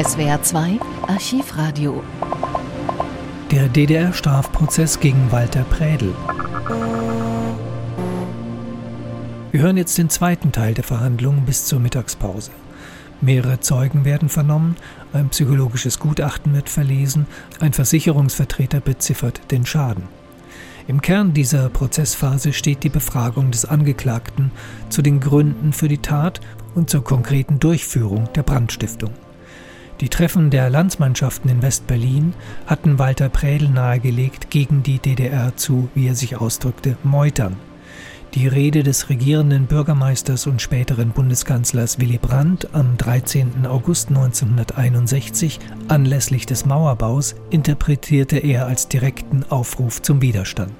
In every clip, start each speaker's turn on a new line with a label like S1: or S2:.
S1: SWR 2 Archivradio.
S2: Der DDR-Strafprozess gegen Walter Prädel. Wir hören jetzt den zweiten Teil der Verhandlungen bis zur Mittagspause. Mehrere Zeugen werden vernommen, ein psychologisches Gutachten wird verlesen, ein Versicherungsvertreter beziffert den Schaden. Im Kern dieser Prozessphase steht die Befragung des Angeklagten zu den Gründen für die Tat und zur konkreten Durchführung der Brandstiftung. Die Treffen der Landsmannschaften in West-Berlin hatten Walter Prädel nahegelegt, gegen die DDR zu, wie er sich ausdrückte, meutern. Die Rede des regierenden Bürgermeisters und späteren Bundeskanzlers Willy Brandt am 13. August 1961 anlässlich des Mauerbaus interpretierte er als direkten Aufruf zum Widerstand.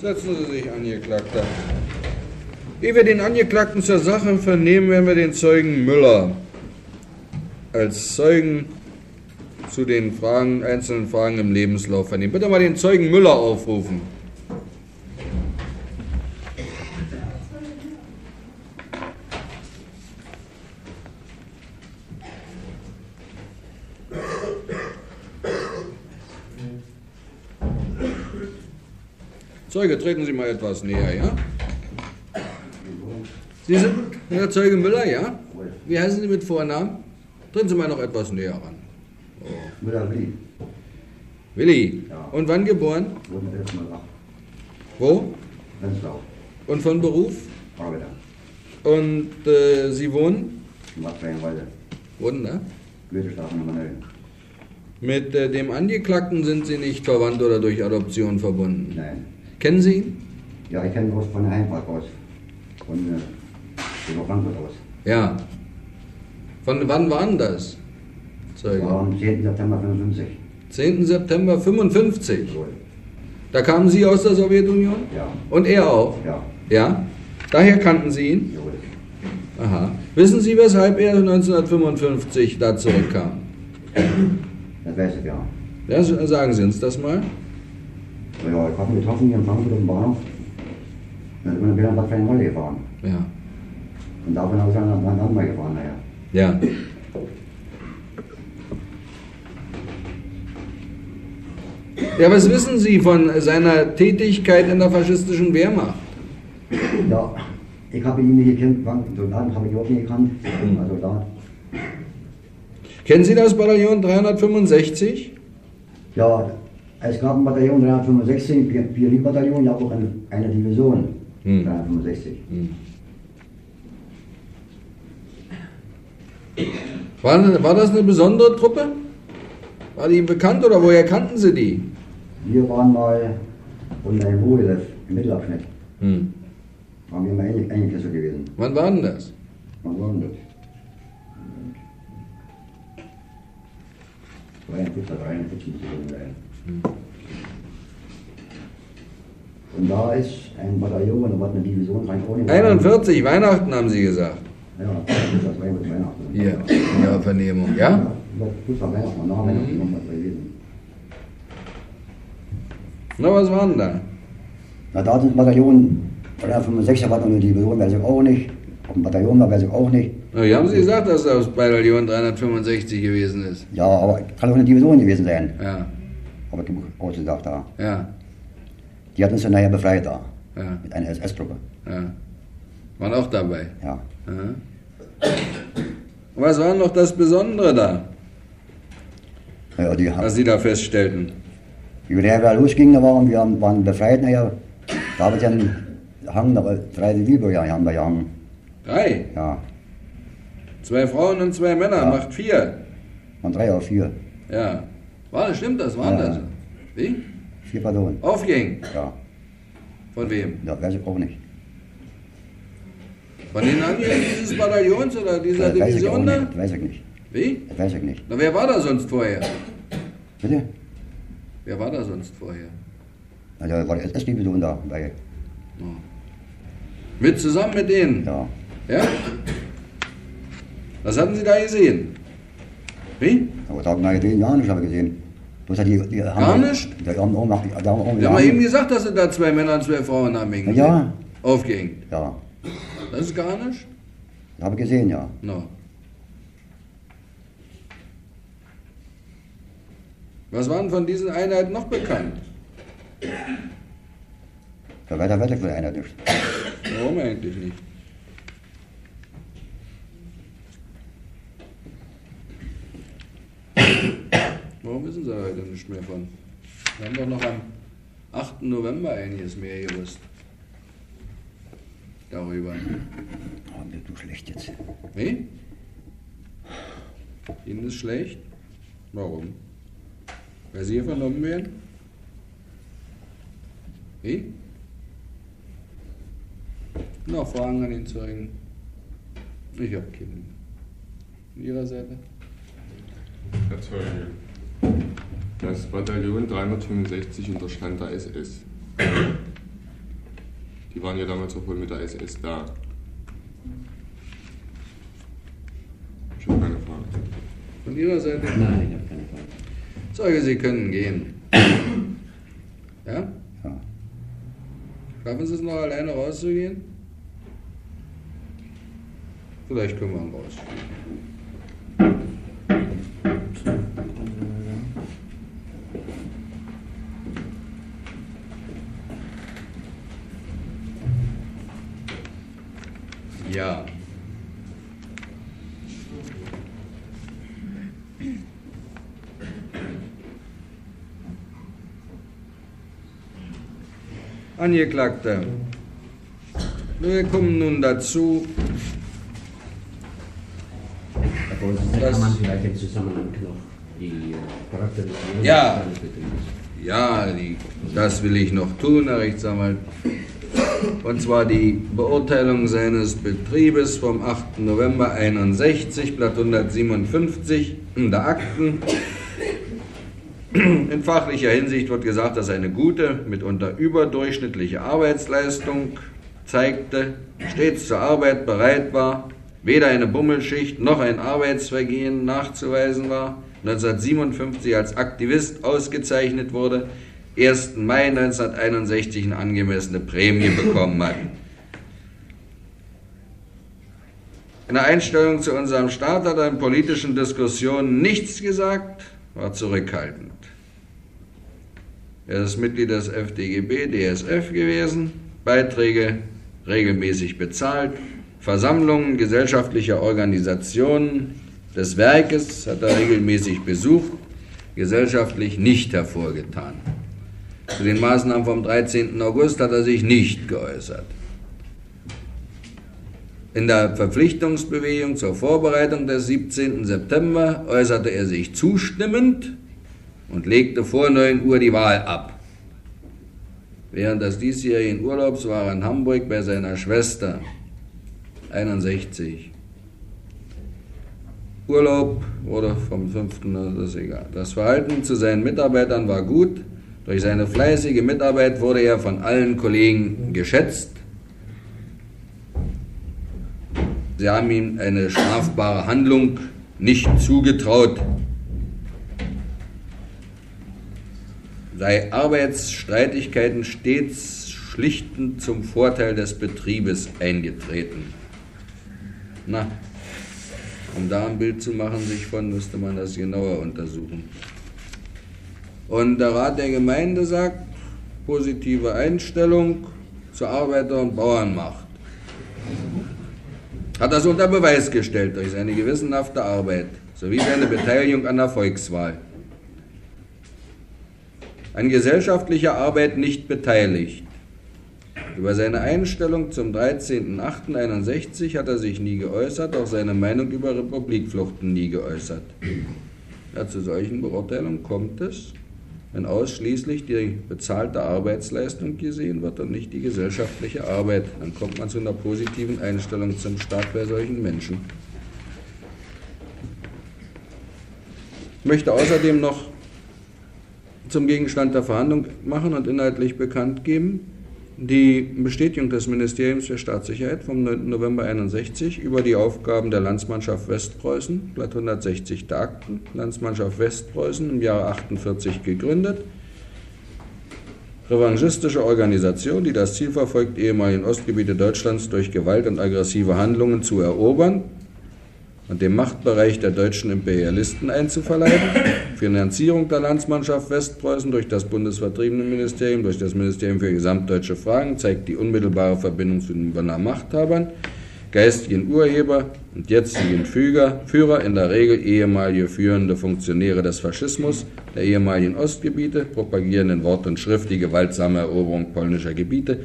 S3: Setzen Sie sich, Angeklagter. Ehe wir den Angeklagten zur Sache vernehmen, werden wir den Zeugen Müller als Zeugen zu den Fragen, einzelnen Fragen im Lebenslauf vernehmen. Bitte mal den Zeugen Müller aufrufen. Zeuge, treten Sie mal etwas näher, ja? Sie sind Herr Zeuge Müller, ja? Wie heißen Sie mit Vornamen? Treten Sie mal noch etwas näher ran.
S4: Müller Willi,
S3: Willi.
S4: Ja.
S3: Und wann geboren?
S4: wurden erstmal nach
S3: Wo?
S4: Prenzlau,
S3: Und von Beruf?
S4: Arbeiter,
S3: Und äh, Sie wohnen?
S4: macht keine Weile,
S3: Wohnen, ne?
S4: Goethe schlafen in Manuel.
S3: Mit äh, dem Angeklagten sind Sie nicht verwandt oder durch Adoption verbunden.
S4: Nein.
S3: Kennen Sie ihn?
S4: Ja, ich kenne bloß von der Heimfahrt aus, von äh, über Frankfurt aus.
S3: Ja. Von wann waren das?
S4: Das
S3: Zeuge.
S4: war am 10. September 55.
S3: 10. September 55.
S4: So,
S3: Da kamen Sie aus der Sowjetunion?
S4: Ja,
S3: Und er auch?
S4: ja,
S3: Ja. Daher kannten Sie ihn?
S4: jawohl.
S3: Aha. Wissen Sie, weshalb er 1955 da zurückkam?
S4: Das weiß ich ja.
S3: Ja, s- sagen Sie uns das mal.
S4: So, ja, ich habe ihn getroffen hier in Frankfurt auf dem Bahnhof. Dann sind wir wieder nach keine Weile gefahren.
S3: Ja.
S4: Und davon aus dann nach Hamburg gefahren, naja.
S3: Ja. Ja, was wissen Sie von seiner Tätigkeit in der faschistischen Wehrmacht?
S4: Ja, ich habe ihn nicht gekannt, Frank- Soldaten habe ich überhaupt nicht gekannt. Also Ich war Soldat.
S3: Kennen Sie das Bataillon 365?
S4: Ja, es gab ein Bataillon 365, Pier- Pionierbataillon, ja auch eine, eine Division
S3: Hm.
S4: 365.
S3: War, war das eine besondere Truppe? War die Ihnen bekannt oder woher kannten Sie die?
S4: Wir waren mal unter dem Ruhegriff im Mittelabschnitt,
S3: Hm.
S4: waren wir mal eine, eine Klasse gewesen.
S3: Wann war denn das?
S4: Wann war denn das? Moment. 42, 43 muss gewesen sein. Und da ist ein Bataillon, da war eine Division rein ohne.
S3: 41, Weihnachten haben Sie gesagt.
S4: Ja, das war ja mit Weihnachten.
S3: Hier, in der Vernehmung, ja?
S4: Ja, das war Weihnachten, da haben wir noch irgendwas gewesen.
S3: Na, was war denn da?
S4: Na, da sind Bataillon, von der 65er war noch eine Division, weiß ich auch nicht. Ob ein Bataillon war, weiß ich auch nicht.
S3: Na, hier haben Sie gesagt, dass das Bataillon 365 gewesen ist.
S4: Ja, aber kann auch eine Division gewesen sein.
S3: Ja,
S4: Aber die Ortslach da.
S3: ja,
S4: Die hat uns dann nachher befreit da.
S3: ja,
S4: Mit einer SS-Truppe.
S3: ja. Waren auch dabei.
S4: Ja.
S3: Ja. Was war noch das Besondere da,
S4: Naja, die haben.
S3: was Sie da feststellten?
S4: Wie wir nachher losgingen, da waren wir haben- waren befreit nachher. Da habe ich dann Hang, da war drei Zivilbürger haben wir gehangen.
S3: Drei.
S4: Ja.
S3: Zwei Frauen und zwei Männer,
S4: Ja.
S3: macht vier.
S4: Waren drei oder vier.
S3: Ja. War das, stimmt das, waren
S4: Ja.
S3: das? Wie?
S4: Vier Personen.
S3: Aufgehen.
S4: Ja.
S3: Von wem?
S4: Ja, weiß ich auch nicht.
S3: Von den Angehörigen dieses Bataillons oder dieser
S4: Das weiß ich auch
S3: Division
S4: nicht.
S3: da?
S4: Das weiß ich nicht.
S3: Wie?
S4: Das weiß ich nicht.
S3: Na, wer war da sonst vorher?
S4: Bitte?
S3: Wer war da sonst vorher?
S4: Na, da Also, war die SS-Division da. Bei,
S3: Mit zusammen mit denen?
S4: ja.
S3: Ja? Was hatten Sie da gesehen? Wie?
S5: Aber da habe ich gesehen, ja nicht, habe ich gesehen. Bloß hat die, die haben,
S3: nicht?
S5: Die haben auch, die haben auch,
S3: Wir haben ja eben gesagt, dass sie da zwei Männer und zwei Frauen haben hängen.
S5: Ja.
S3: Aufgehängt.
S5: ja,
S3: Das ist gar nicht?
S5: habe ich gesehen, ja.
S3: No. Was waren von diesen Einheiten noch bekannt?
S5: Da weiter weiter für einer nicht.
S3: Warum eigentlich nicht? Warum wissen Sie heute nicht mehr von? Wir haben doch noch am 8. November einiges mehr gewusst. Darüber.
S5: Oh, mir du schlecht jetzt.
S3: Wie? Ihnen ist schlecht? Warum? Weil Sie hier vernommen werden? Wie? Noch Fragen an den Zeugen? Ich habe keine. Von Ihrer Seite?
S1: Herr Zeuge, das Bataillon 365 unterstand der SS. Die waren ja damals auch wohl mit der SS da. Ich habe keine Frage.
S3: Von Ihrer Seite?
S6: Nein, ich habe keine Frage.
S3: Zeuge, Sie können gehen. Ja?
S5: Ja.
S3: Schaffen Sie es noch alleine rauszugehen? Vielleicht können wir ihn rausschicken. Ja. Angeklagter, wir kommen nun dazu,
S6: Herr Vorsitzender,
S3: Das-
S6: kann man vielleicht im Zusammenhang noch die äh, Charakterisierung
S3: Ja.
S6: des Betriebes.
S3: Ja, die, das will ich noch tun, Herr Rechtsanwalt. Und zwar die Beurteilung seines Betriebes vom 8. November 61, Blatt 157 der Akten. In fachlicher Hinsicht wird gesagt, dass eine gute, mitunter überdurchschnittliche Arbeitsleistung zeigte, stets zur Arbeit bereit war, weder eine Bummelschicht noch ein Arbeitsvergehen nachzuweisen war, 1957 als Aktivist ausgezeichnet wurde, 1. Mai 1961 eine angemessene Prämie bekommen hat. In der Einstellung zu unserem Staat hat er in politischen Diskussionen nichts gesagt, war zurückhaltend. Er ist Mitglied des FDGB, DSF gewesen, Beiträge regelmäßig bezahlt, Versammlungen gesellschaftlicher Organisationen des Werkes hat er regelmäßig besucht, gesellschaftlich nicht hervorgetan. Zu den Maßnahmen vom 13. August hat er sich nicht geäußert. In der Verpflichtungsbewegung zur Vorbereitung des 17. September äußerte er sich zustimmend und legte vor 9 Uhr die Wahl ab. Während des diesjährigen Urlaubs war er in Hamburg bei seiner Schwester, 61. Urlaub wurde vom 5. Das ist egal. Das Verhalten zu seinen Mitarbeitern war gut. Durch seine fleißige Mitarbeit wurde er von allen Kollegen geschätzt. Sie haben ihm eine strafbare Handlung nicht zugetraut. Sei Arbeitsstreitigkeiten stets schlichtend zum Vorteil des Betriebes eingetreten. Na, um da ein Bild zu machen, sich von, müsste man das genauer untersuchen. Und der Rat der Gemeinde sagt, positive Einstellung zur Arbeiter- und Bauernmacht hat das unter Beweis gestellt durch seine gewissenhafte Arbeit sowie seine Beteiligung an der Volkswahl. An gesellschaftlicher Arbeit nicht beteiligt. Über seine Einstellung zum 13.08.61 hat er sich nie geäußert, auch seine Meinung über Republikfluchten nie geäußert. Ja, zu solchen Beurteilungen kommt es, wenn ausschließlich die bezahlte Arbeitsleistung gesehen wird und nicht die gesellschaftliche Arbeit. Dann kommt man zu einer positiven Einstellung zum Staat bei solchen Menschen. Ich möchte außerdem noch zum Gegenstand der Verhandlung machen und inhaltlich bekannt geben, Die Bestätigung des Ministeriums für Staatssicherheit vom 9. November 61 über die Aufgaben der Landsmannschaft Westpreußen, Blatt 160 der Akten, Landsmannschaft Westpreußen im Jahre 48 gegründet. Revanchistische Organisation, die das Ziel verfolgt, ehemaligen Ostgebiete Deutschlands durch Gewalt und aggressive Handlungen zu erobern und dem Machtbereich der deutschen Imperialisten einzuverleiben. Finanzierung der Landsmannschaft Westpreußen durch das Bundesvertriebenenministerium, durch das Ministerium für gesamtdeutsche Fragen, zeigt die unmittelbare Verbindung zu den Bonner Machthabern, geistigen Urheber und jetzigen Füger, Führer, in der Regel ehemalige führende Funktionäre des Faschismus, der ehemaligen Ostgebiete, propagieren in Wort und Schrift die gewaltsame Eroberung polnischer Gebiete,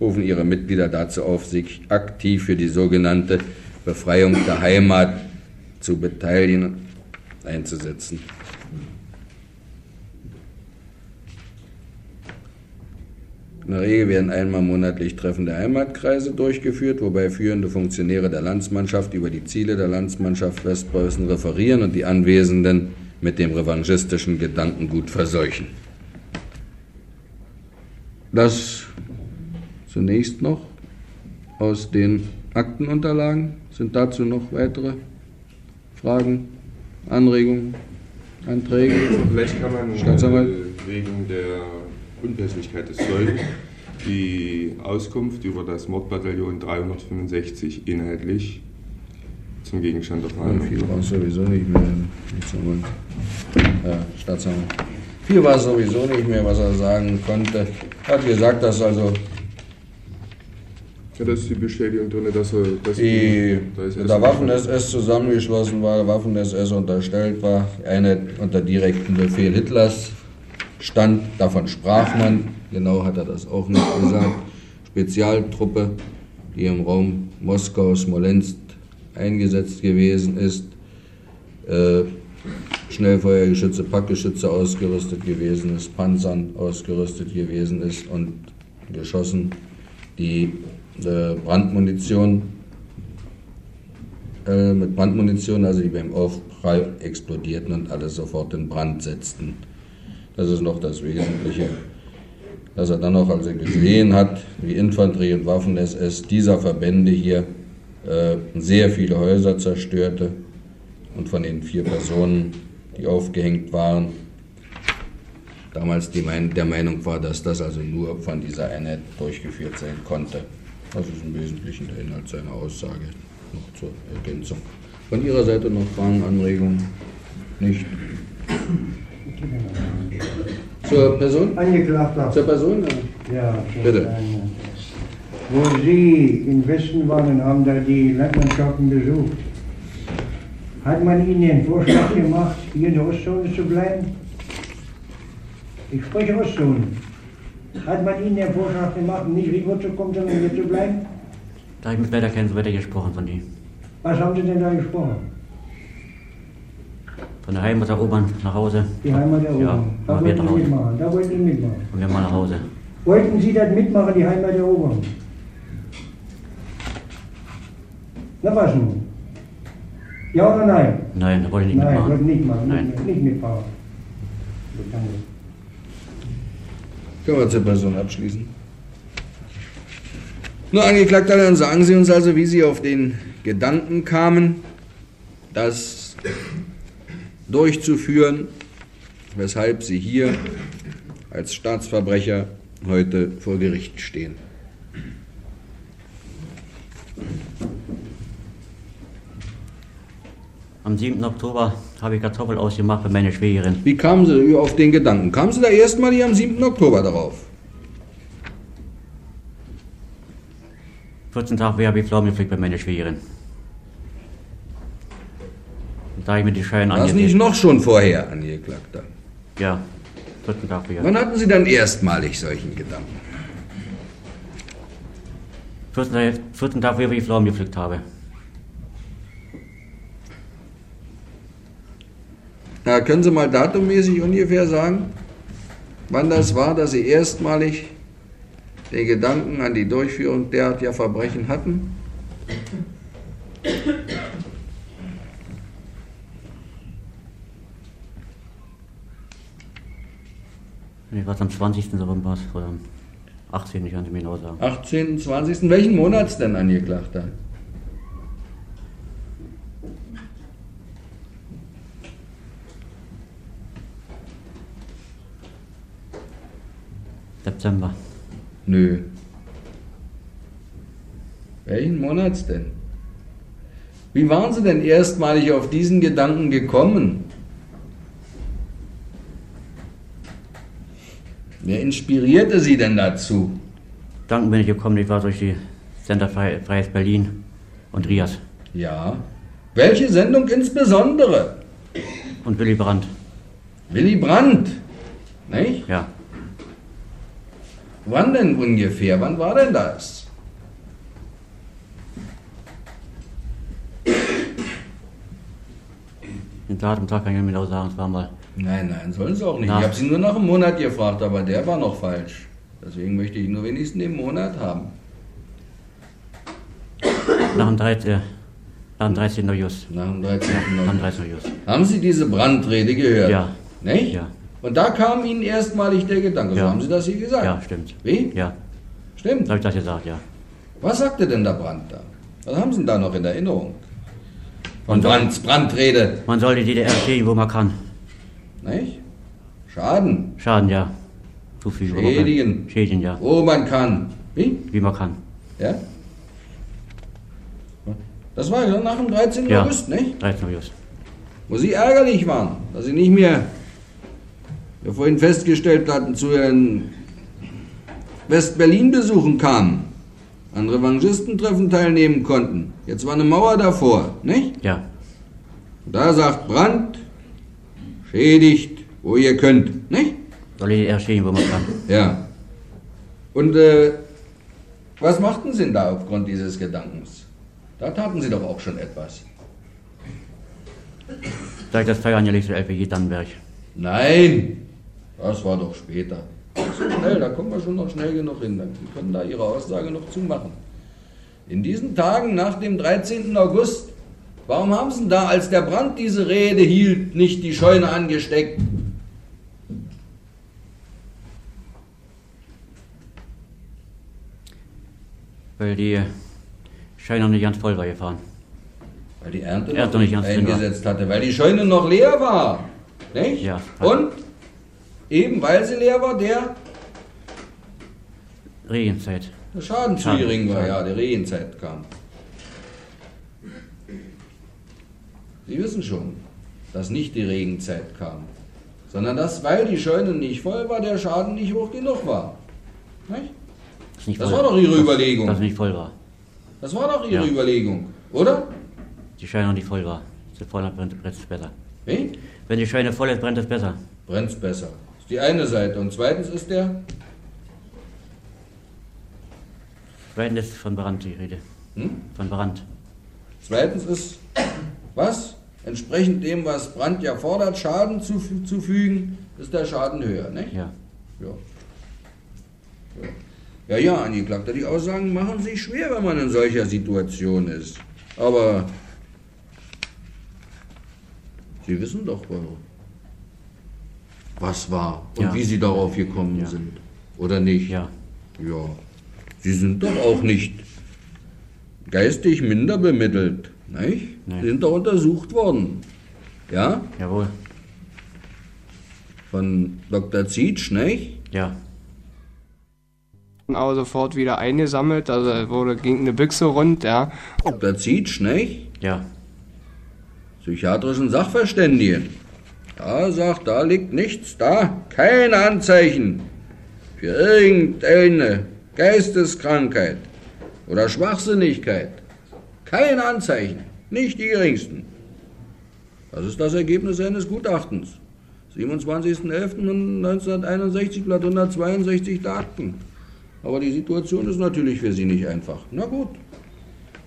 S3: rufen ihre Mitglieder dazu auf, sich aktiv für die sogenannte Befreiung der Heimat zu beteiligen, einzusetzen. In der Regel werden einmal monatlich Treffen der Heimatkreise durchgeführt, wobei führende Funktionäre der Landsmannschaft über die Ziele der Landsmannschaft Westpreußen referieren und die Anwesenden mit dem revanchistischen Gedankengut verseuchen. Das zunächst noch aus den Aktenunterlagen. Sind dazu noch weitere Fragen, Anregungen, Anträge?
S1: Vielleicht kann man
S3: Staatsanwalt?
S1: äh, wegen der Unpässlichkeit des Zeugen die Auskunft über das Mordbataillon 365 inhaltlich zum Gegenstand der
S3: Viel
S1: Verhandlung.
S3: war es sowieso nicht mehr. Nicht so gut. Ja, Staatsanwalt. Viel war es sowieso nicht mehr, was er sagen konnte. Er hat gesagt, dass also
S1: Ja, das ist die Bestätigung drin, dass er. Dass
S3: die
S1: da ist
S3: der Waffen-SS zusammengeschlossen war, der Waffen-SS unterstellt war, eine unter direktem Befehl Hitlers stand, davon sprach man, genau hat er das auch nicht gesagt, Spezialtruppe, die im Raum Moskau, Smolensk eingesetzt gewesen ist, äh, Schnellfeuergeschütze, Packgeschütze ausgerüstet gewesen ist, Panzern ausgerüstet gewesen ist und geschossen, die äh, Brandmunition äh, mit Brandmunition, also die beim Aufprall explodierten und alles sofort in Brand setzten. Das ist noch das Wesentliche. Dass er dann auch also gesehen hat, wie Infanterie und Waffen-SS dieser Verbände hier äh, sehr viele Häuser zerstörte und von den vier Personen, die aufgehängt waren, damals die mein der Meinung war, dass das also nur von dieser Einheit durchgeführt sein konnte. Das ist im Wesentlichen der Inhalt seiner Aussage noch zur Ergänzung. Von Ihrer Seite noch Fragen, Anregungen? Nicht? Zur Person?
S7: Angeklagter.
S3: Zur Person? ja.
S7: Ja, das
S3: Bitte.
S7: ist ein- Wo Sie im Westen waren, haben da die Landmannschaften besucht. Hat man Ihnen den Vorschlag gemacht, hier in der Ostzone zu bleiben? Ich spreche Ostzone. Hat man Ihnen den Vorschlag gemacht, nicht rüberzukommen, sondern hier zu bleiben?
S8: Da habe ich mit Weiterkennen so weitergesprochen von die.
S7: Was haben Sie denn da gesprochen?
S8: Von der Heimat erobern nach Hause.
S7: Die Heimat erobern.
S8: Ja,
S7: da
S8: mal
S7: wollten
S8: wieder nach
S7: Sie
S8: Hause.
S7: mitmachen. Da wollten Sie mitmachen.
S8: Und wir mal nach Hause.
S7: Wollten Sie das mitmachen, die Heimat erobern? Na was nun? Ja oder nein?
S8: Nein, da wollte ich nicht
S7: Nein,
S8: mitmachen.
S7: wollten nicht machen.
S8: Nein.
S7: Nicht, nicht mitmachen. Gut, danke.
S3: Können wir zur Person abschließen. Nur Angeklagter, dann sagen Sie uns also, wie Sie auf den Gedanken kamen, das durchzuführen, weshalb Sie hier als Staatsverbrecher heute vor Gericht stehen.
S8: Am 7. Oktober habe ich Kartoffel ausgemacht für meine Schwägerin.
S3: Wie kamen Sie auf den Gedanken? Kamen Sie da erstmal hier am 7. Oktober darauf?
S8: 14 Tage vorher habe ich Pflaumen gepflückt bei meiner Schwägerin. Und da habe ich mir die Scheine
S3: War es nicht
S8: angelegt.
S3: noch schon vorher, Angeklagter?
S8: Ja, 14 Tage vorher.
S3: Wann hatten Sie dann erstmalig solchen Gedanken?
S8: 14 Tage, 14 Tage vorher, wie ich Pflaumen gepflückt habe.
S3: Na, können Sie mal datummäßig ungefähr sagen, wann das war, dass Sie erstmalig den Gedanken an die Durchführung derartiger Verbrechen hatten?
S8: Nee, was am 20. so rum war es, oder am 18, ich kann es mir genau sagen.
S3: 18., 20. Welchen Monats denn Angeklagter?
S8: September.
S3: Nö. Welchen Monats denn? Wie waren Sie denn erstmalig auf diesen Gedanken gekommen? Wer inspirierte Sie denn dazu?
S8: Danken bin ich gekommen, ich war durch die Center Frei- Freies Berlin und Rias
S3: Ja. Welche Sendung insbesondere?
S8: und Willy Brandt.
S3: Willy Brandt. Nicht?
S8: Ja,
S3: Wann denn ungefähr? Wann war denn das?
S8: den Datum Tag kann ich mir genau sagen, es war mal.
S3: Nein, nein, sollen Sie auch nicht.
S8: Na.
S3: Ich habe Sie nur nach einem Monat gefragt, aber der war noch falsch. Deswegen möchte ich nur wenigstens den Monat haben.
S8: Nach dem 13. Nach dem 13. August.
S3: Nach dem
S8: Nach dem
S3: 13.
S8: 13. August.
S3: Haben Sie diese Brandrede gehört?
S8: Ja.
S3: Nicht?
S8: Ja.
S3: Und da kam Ihnen erstmalig der Gedanke, so
S8: Ja.
S3: haben Sie das hier gesagt?
S8: Ja, stimmt.
S3: Wie?
S8: Ja,
S3: Stimmt.
S8: da habe ich das gesagt, ja.
S3: Was sagte denn der Brand da? Was haben Sie denn da noch in Erinnerung? Von
S8: Und-
S3: Brands Brandrede,
S8: Man soll die DDR stehen, wo man kann.
S3: nicht? Schaden,
S8: Schaden, ja. Zufügen. wo man kann.
S3: Schädigen.
S8: Schädigen, ja.
S3: wo man kann. Wie?
S8: Wie man kann.
S3: Ja? Das war ja nach dem 13.
S8: Ja.
S3: August, nicht?
S8: 13. August.
S3: Wo sie ärgerlich waren, dass sie nicht mehr, wir vorhin festgestellt hatten, zu ihren West-Berlin-Besuchen kamen, an Revanchistentreffen teilnehmen konnten. Jetzt war eine Mauer davor, nicht?
S8: Ja,
S3: Da sagt Brandt, schädigt, wo ihr könnt, nicht?
S8: soll die DDR stehen, wo man kann.
S3: Ja. Und äh, was machten Sie denn da aufgrund dieses Gedankens? Da taten Sie doch auch schon etwas.
S8: Da ich das Feuer angelegt zur LPG Dannenberg.
S3: Nein, das war doch später. So schnell, da kommen wir schon noch schnell genug hin. Dann- Sie können da Ihre Aussage noch zumachen. In diesen Tagen nach dem 13. August, warum haben Sie denn da, als der Brand diese Rede hielt, nicht die Scheune angesteckt?
S8: Weil die Scheune noch nicht ganz voll war gefahren.
S3: Weil die Ernte,
S8: Ernte
S3: noch
S8: nicht
S3: nicht
S8: ganz genau. drin war.
S3: eingesetzt hatte, weil die Scheune noch leer war. Nicht?
S8: Ja.
S3: Und eben weil sie leer war, der
S8: Regenzeit.
S3: der Schaden zu
S8: Schaden,
S3: gering war,
S8: Schaden.
S3: ja, die Regenzeit kam. Sie wissen schon, dass nicht die Regenzeit kam, sondern dass, weil die Scheune nicht voll war, der Schaden nicht hoch genug war. Nicht?
S8: Ist nicht
S3: Das
S8: voll.
S3: war doch Ihre
S8: Dass-
S3: Überlegung.
S8: Dass sie nicht voll war.
S3: Das war doch Ihre
S8: Ja.
S3: Überlegung, oder?
S8: Die Scheune noch nicht voll war. Ist sie voll, dann brennt brennt es besser.
S3: Wie?
S8: Wenn die Scheune voll ist, brennt es besser.
S3: Brennt's besser. Ist die eine Seite. Und zweitens ist der,
S8: Zweitens ist von Brand die Rede.
S3: Hm?
S8: Von Brand.
S3: zweitens ist, was? Entsprechend dem, was Brandt ja fordert, Schaden zu, zu fügen, ist der Schaden höher, nicht?
S8: Ja.
S3: Ja. Ja, ja, Angeklagter, die Aussagen machen sich schwer, wenn man in solcher Situation ist. Aber Sie wissen doch, warum. was war und
S8: Ja.
S3: wie Sie darauf gekommen
S8: Ja.
S3: sind. Oder nicht?
S8: Ja.
S3: Ja. Sie sind doch auch nicht geistig minder bemittelt, nicht?
S8: Nein.
S3: Sie sind doch untersucht worden. Ja?
S8: Jawohl.
S3: Von Dr. Zietsch, nicht?
S8: Ja.
S9: aber sofort wieder eingesammelt, also wurde, ging eine Büchse rund, ja.
S3: Dr. Zietsch, nicht?
S8: Ja.
S3: psychiatrischen Sachverständigen. Da sagt, da liegt nichts da, keine Anzeichen für irgendeine Geisteskrankheit oder Schwachsinnigkeit. Keine Anzeichen, nicht die geringsten. Das ist das Ergebnis seines Gutachtens. 27.11.1961, Blatt 162 Daten. Aber die Situation ist natürlich für Sie nicht einfach. Na gut.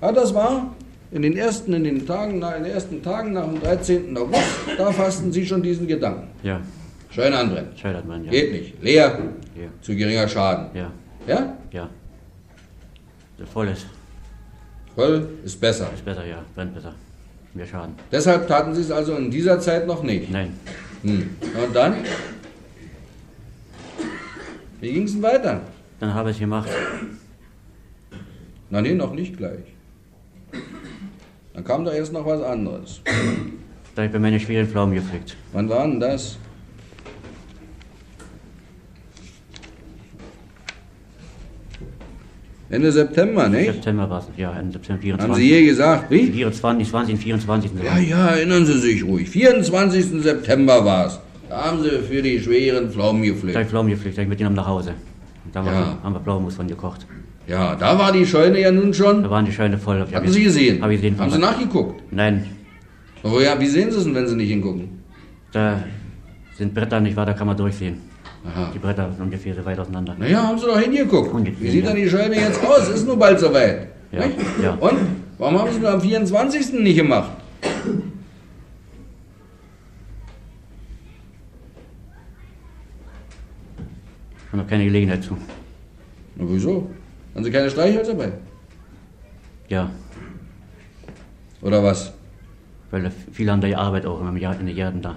S3: Ja, das war in den ersten, in den Tagen, na, in den ersten Tagen nach dem 13. August, da fassten sie schon diesen Gedanken.
S8: Ja.
S3: Schön anbrennen.
S8: Scheitert man, ja.
S3: Geht nicht. Leer,
S8: Ja.
S3: zu geringer Schaden.
S8: Ja.
S3: Ja?
S8: Ja. Der voll ist.
S3: Voll ist besser.
S8: Ist besser, ja. Brennt besser. Mehr Schaden.
S3: Deshalb taten sie es also in dieser Zeit noch nicht.
S8: Nein.
S3: Hm. Und dann? Wie ging es denn weiter?
S8: Dann habe ich es gemacht.
S3: Na nee, noch nicht gleich. Dann kam da erst noch was anderes.
S8: Da habe ich bei meinen schweren Pflaumen gepflückt.
S3: Wann war denn das? Ende September, nicht?
S8: September war es, ja, Ende September
S3: Haben
S8: 24.
S3: Sie je gesagt, wie?
S8: 24, 20, 24.
S3: Ja, ja, erinnern Sie sich ruhig. 24. September war's. Da haben Sie für die schweren Pflaumen
S8: Da habe
S3: gepflückt.
S8: ich Pflaumen gepflückt, da habe ich mitgenommen nach Hause. Und da
S3: Ja.
S8: ja. haben wir Pflaumenmus von gekocht.
S3: Ja, da war die Scheune ja nun schon.
S8: Da waren die Scheune voll. Ich hab
S3: Hatten Sie gesehen?
S8: Habe ich gesehen.
S3: Haben Sie nachgeguckt?
S8: Nein,
S3: Oh ja, wie sehen Sie es denn, wenn Sie nicht hingucken?
S8: da sind Bretter nicht wahr, da kann man durchsehen.
S3: Aha.
S8: Die Bretter sind ungefähr so weit auseinander.
S3: Naja, haben Sie doch hingeguckt. Wie
S8: Ungefähr,
S3: sieht
S8: ja.
S3: denn die Scheune jetzt aus? Ist nun bald soweit.
S8: Ja,
S3: nicht?
S8: ja.
S3: Und? Warum haben Sie es nur am 24. nicht gemacht?
S8: Haben noch keine Gelegenheit zu.
S3: Na wieso? Haben Sie keine Streichhölzer bei?
S8: Ja,
S3: Oder was?
S8: weil viele haben da ihre Arbeit auch im Jahr- in den Gärten da.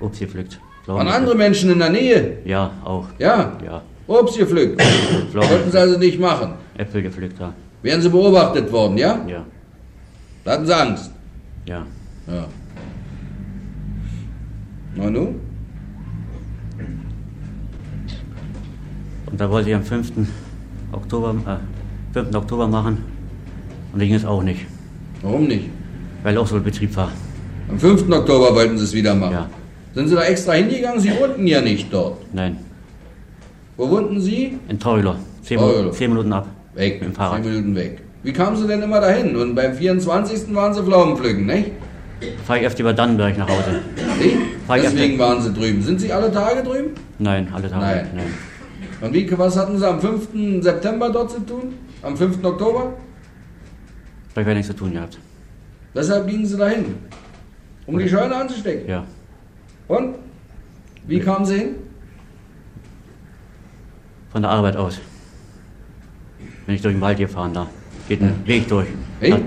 S8: Obst gepflückt. Pflaumen
S3: Waren andere Menschen in der Nähe?
S8: gepflückt. Ja, auch.
S3: Ja.
S8: Ja,
S3: Obst gepflückt. Sollten
S8: Pflaumen,
S3: Sie also nicht machen.
S8: Äpfel gepflückt da.
S3: Wären Sie beobachtet worden, ja?
S8: Ja,
S3: Da hatten Sie Angst.
S8: ja.
S3: Ja. Na nun?
S8: Und da wollte ich am 5. Oktober, äh, 5. Oktober machen. Und da ging es auch nicht,
S3: Warum nicht?
S8: weil auch so ein Betrieb war.
S3: Am 5. Oktober wollten Sie es wieder machen.
S8: Ja,
S3: Sind Sie da extra hingegangen? Sie wohnten ja nicht dort.
S8: nein.
S3: Wo wohnten Sie?
S8: In Teuler. Zehn,
S3: Teuler.
S8: zehn Minuten ab.
S3: Weg.
S8: Mit dem Fahrrad.
S3: Zehn Minuten weg. Wie kamen Sie denn immer dahin? Und beim 24. waren Sie Pflaumen pflücken, nicht?
S8: Fahre ich öfter über Dannenberg nach Hause.
S3: Nicht?
S8: Fahr ich
S3: Deswegen
S8: ab-
S3: waren Sie drüben. Sind Sie alle Tage drüben?
S8: Nein, alle Tage.
S3: Nein.
S8: nein.
S3: Und wie, was hatten Sie am 5. September dort zu tun? Am 5. Oktober?
S8: Da habe ich nichts zu tun gehabt.
S3: Weshalb gingen Sie dahin? Um die Scheune anzustecken.
S8: Ja.
S3: Und? Wie kamen Sie hin?
S8: Von der Arbeit aus. Bin ich durch den Wald gefahren da. Geht ein Weg durch.
S3: Wie?
S8: Da-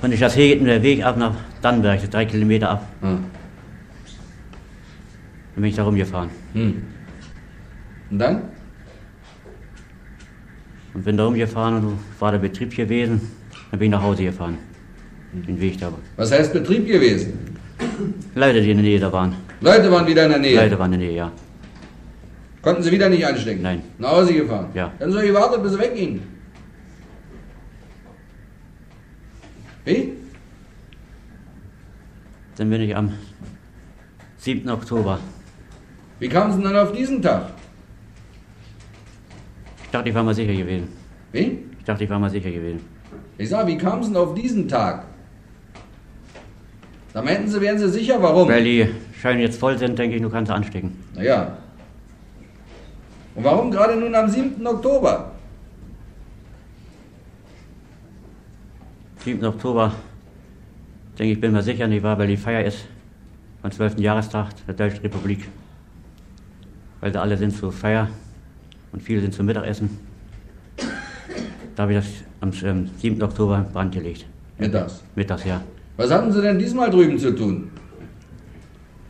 S8: Von der Chassee geht der Weg ab nach Dannenberg, so drei Kilometer ab.
S3: Hm.
S8: Dann bin ich da rumgefahren.
S3: Hm. Und dann?
S8: Und bin da rumgefahren und war der Betrieb gewesen. Dann bin ich nach Hause gefahren. Den Weg da.
S3: Was heißt Betrieb gewesen?
S8: Leute, die in der Nähe da waren.
S3: Leute waren wieder in der Nähe.
S8: Leute waren in der Nähe, ja.
S3: Konnten sie wieder nicht anstecken?
S8: Nein.
S3: Nach Hause gefahren?
S8: Ja.
S3: Dann so gewartet, bis sie weggingen. Wie?
S8: Dann bin ich am 7. Oktober.
S3: Wie kamen sie denn dann auf diesen Tag?
S8: Ich dachte, ich war mal sicher gewesen.
S3: Wie?
S8: Ich dachte, ich war mal sicher gewesen.
S3: Ich sag, wie kamen sie denn auf diesen Tag? Da meinten sie, wären sie sicher, warum?
S8: Weil die Scheine jetzt voll sind, denke ich, du kannst sie anstecken.
S3: Naja. Und warum gerade nun am 7. Oktober?
S8: 7. Oktober, denke ich, bin mir sicher, nicht wahr, weil die Feier ist am 12. Jahrestag der Deutschen Republik. Weil da alle sind zur Feier und viele sind zum Mittagessen. Da habe ich das am ähm, 7. Oktober in Brand gelegt.
S3: Mittags.
S8: Mittags, ja.
S3: Was hatten sie denn diesmal drüben zu tun?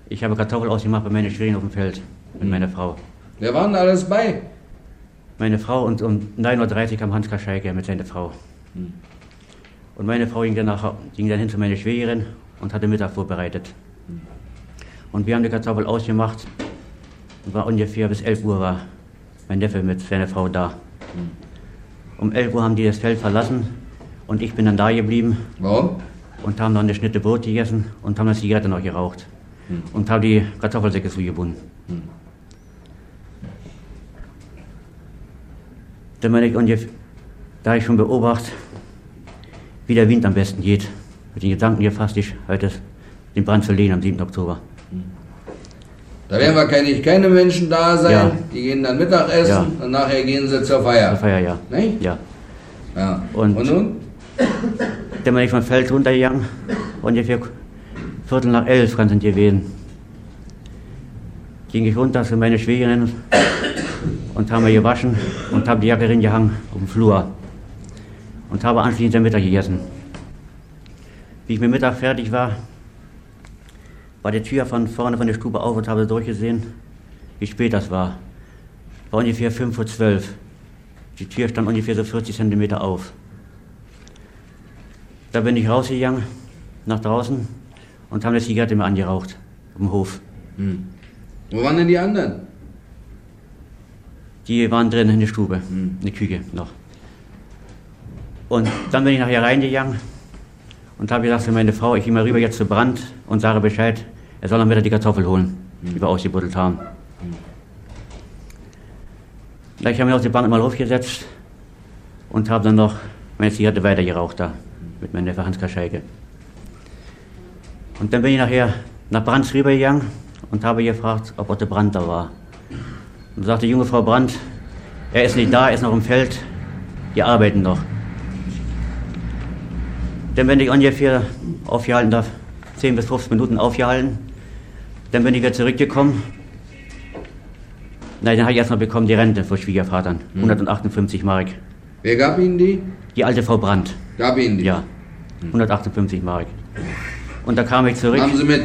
S8: Ich habe Kartoffeln ausgemacht bei meinen Schwägerin auf dem Feld mit meiner Frau.
S3: Wer waren da alles bei?
S8: Meine Frau und um 9.30 Uhr kam Hans Kaschalke mit seiner Frau. Und meine Frau ging dann, nach, ging dann hin zu meiner Schwägerin und hatte Mittag vorbereitet. Und wir haben die Kartoffel ausgemacht und war ungefähr bis 11 Uhr war mein Neffe mit seiner Frau da. Um 11 Uhr haben die das Feld verlassen und ich bin dann da geblieben
S3: Warum?
S8: und haben noch eine Schnitte Brot gegessen und haben eine Zigarette noch geraucht und haben die Kartoffelsäcke zugebunden. Dann bin ich ungef- da hab ich schon beobachtet, wie der Wind am besten geht, mit den Gedanken gefasst, ich halte den Brand zu lehnen am 7. Oktober.
S3: Da werden wahrscheinlich keine Menschen da sein.
S8: Ja.
S3: Die gehen dann Mittagessen
S8: Ja.
S3: und nachher gehen sie zur
S8: Zur
S3: Feier.
S8: Feier, ja.
S3: Nicht?
S8: ja.
S3: Ja.
S8: Und-
S3: und nun?
S8: Dann bin ich vom Feld runtergegangen, ungefähr Viertel nach elf kann es gewesen. Ging ich runter zu meiner Schwägerin und haben wir gewaschen und haben die Jacke hingehangen auf dem Flur. Und habe anschließend den Mittag gegessen. Wie ich mit Mittag fertig war, war die Tür von vorne von der Stube auf und habe durchgesehen, wie spät das war. war ungefähr 5 vor 12. Die Tür stand ungefähr so 40 Zentimeter auf. Da bin ich rausgegangen, nach draußen, und haben eine Zigarette mir angeraucht, im Hof.
S3: Hm. Wo waren denn die anderen?
S8: Die waren drin in der Stube,
S3: Hm.
S8: in der Küche noch. Und dann bin ich nachher reingegangen und habe gesagt für meine Frau, ich gehe mal rüber jetzt zu Brand und sage Bescheid, er soll dann wieder die Kartoffel holen, die wir ausgebuddelt haben. Gleich haben wir auf die Bank mal aufgesetzt und habe dann noch meine Zigarette weitergeraucht da mit meinem Neffe Hans Scheike. Und dann bin ich nachher nach Brands rübergegangen und habe gefragt, ob Otto Brandt da war. Und sagte junge Frau Brandt, er ist nicht da, er ist noch im Feld, wir arbeiten noch. Dann bin ich ungefähr aufgehalten, darf 10 bis 15 Minuten aufgehalten. Dann bin ich wieder zurückgekommen. Nein, dann habe ich erstmal bekommen die Rente von Schwiegervatern,
S3: Hm.
S8: 158 Mark.
S3: Wer gab Ihnen die?
S8: Die alte Frau Brandt,
S3: Gab Ihnen die?
S8: ja, 158 Mark. Und da kam ich zurück,
S3: Hm. Haben Sie mit,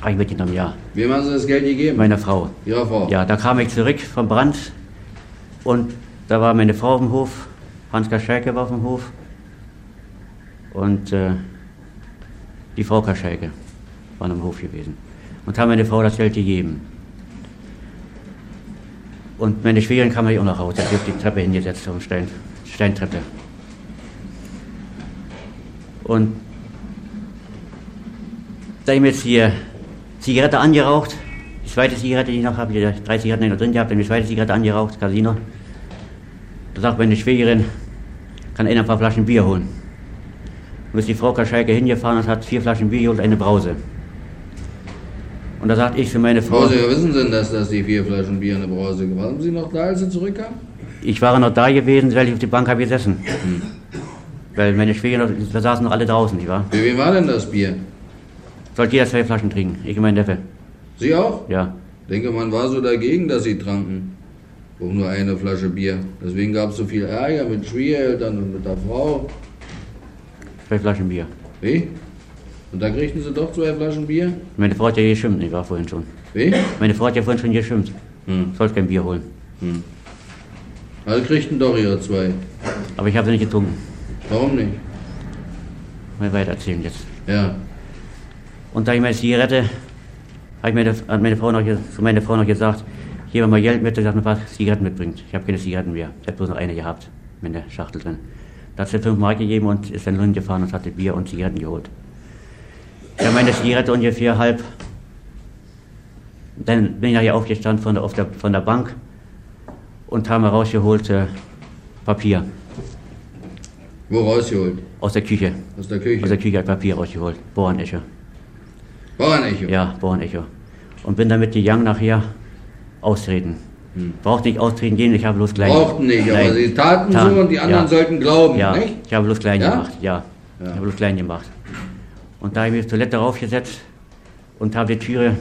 S8: habe ich mitgenommen, ja,
S3: wem haben Sie das Geld gegeben?
S8: meiner Frau.
S3: Ihrer Frau?
S8: Ja, da kam ich zurück vom Brand und da war meine Frau auf dem Hof, Hans Kaschäke war auf dem Hof und äh, die Frau Kaschäke waren am Hof gewesen und haben meine Frau das Geld gegeben. Und meine Schwägerin kam natürlich auch noch raus, hat sich auf die Treppe hingesetzt, auf den Stein, Steintreppe. Und da ich mir jetzt hier Zigarette angeraucht, die zweite Zigarette, die ich noch habe, die drei Zigaretten die ich noch drin gehabt, dann die zweite Zigarette angeraucht, Casino. Da sagt meine Schwägerin, kann einer ein paar Flaschen Bier holen. Und ist die Frau Kaschalke hingefahren und hat vier Flaschen Bier und eine Brause. Und da sagt ich für meine Frau,
S3: Frau, Sie wissen Sie denn, dass, dass die vier Flaschen Bier in der Brause waren? Waren Sie noch da, als Sie zurückkamen?
S8: ich war noch da gewesen, weil ich auf die Bank habe gesessen. Weil meine Schwägerin, da saßen noch alle draußen, nicht wahr?
S3: Für wen war denn das Bier?
S8: Sollte jeder zwei Flaschen trinken, ich und mein Neffe,
S3: Sie auch?
S8: ja.
S3: Denke, man war so dagegen, dass Sie tranken. Um nur eine Flasche Bier. Deswegen gab es so viel Ärger mit Schwiegereltern und mit der Frau.
S8: Zwei Flaschen Bier.
S3: Wie? Und dann kriegten Sie doch zwei Flaschen Bier?
S8: Meine Frau hat ja geschimpft, ich war vorhin schon.
S3: Wie?
S8: Meine Frau hat ja vorhin schon geschimpft.
S3: Hm.
S8: Soll kein Bier holen.
S3: Also kriegten doch Ihre zwei.
S8: Aber ich habe sie nicht getrunken.
S3: Warum nicht?
S8: Mal weiter erzählen jetzt.
S3: Ja.
S8: Und da ich meine Zigarette, hat meine, hat meine Frau noch, ge- zu meiner Frau noch gesagt, hier wenn mal Geld mit, dass man ein paar Zigaretten mitbringt. Ich habe keine Zigaretten mehr. Ich habe bloß noch eine gehabt, mit der Schachtel drin. Da hat sie fünf Mark gegeben und ist dann Lund gefahren und hat ihr Bier und Zigaretten geholt. Ich habe meine Zigarette ungefähr halb. Dann bin ich nachher aufgestanden von der, auf der, von der Bank und habe rausgeholt äh, Papier
S3: Wo rausgeholt?
S8: aus der Küche.
S3: Aus
S8: Aus
S3: der
S8: der
S3: Küche.
S8: Küche hat Papier rausgeholt. Bohrenecho.
S3: Bauernecho.
S8: Ja, Bornecho. Und bin damit gegangen nachher austreten. Braucht nicht austreten gehen, ich habe bloß klein
S3: Brauchten Hm. nicht, aber
S8: klein-
S3: sie taten
S8: Taten,
S3: so und die anderen
S8: ja.
S3: sollten glauben,
S8: Ja,
S3: nicht?
S8: ich habe bloß klein
S3: Ja?
S8: gemacht, ja. Ich habe bloß klein gemacht. Und da habe ich mich auf die Toilette raufgesetzt und habe die Türe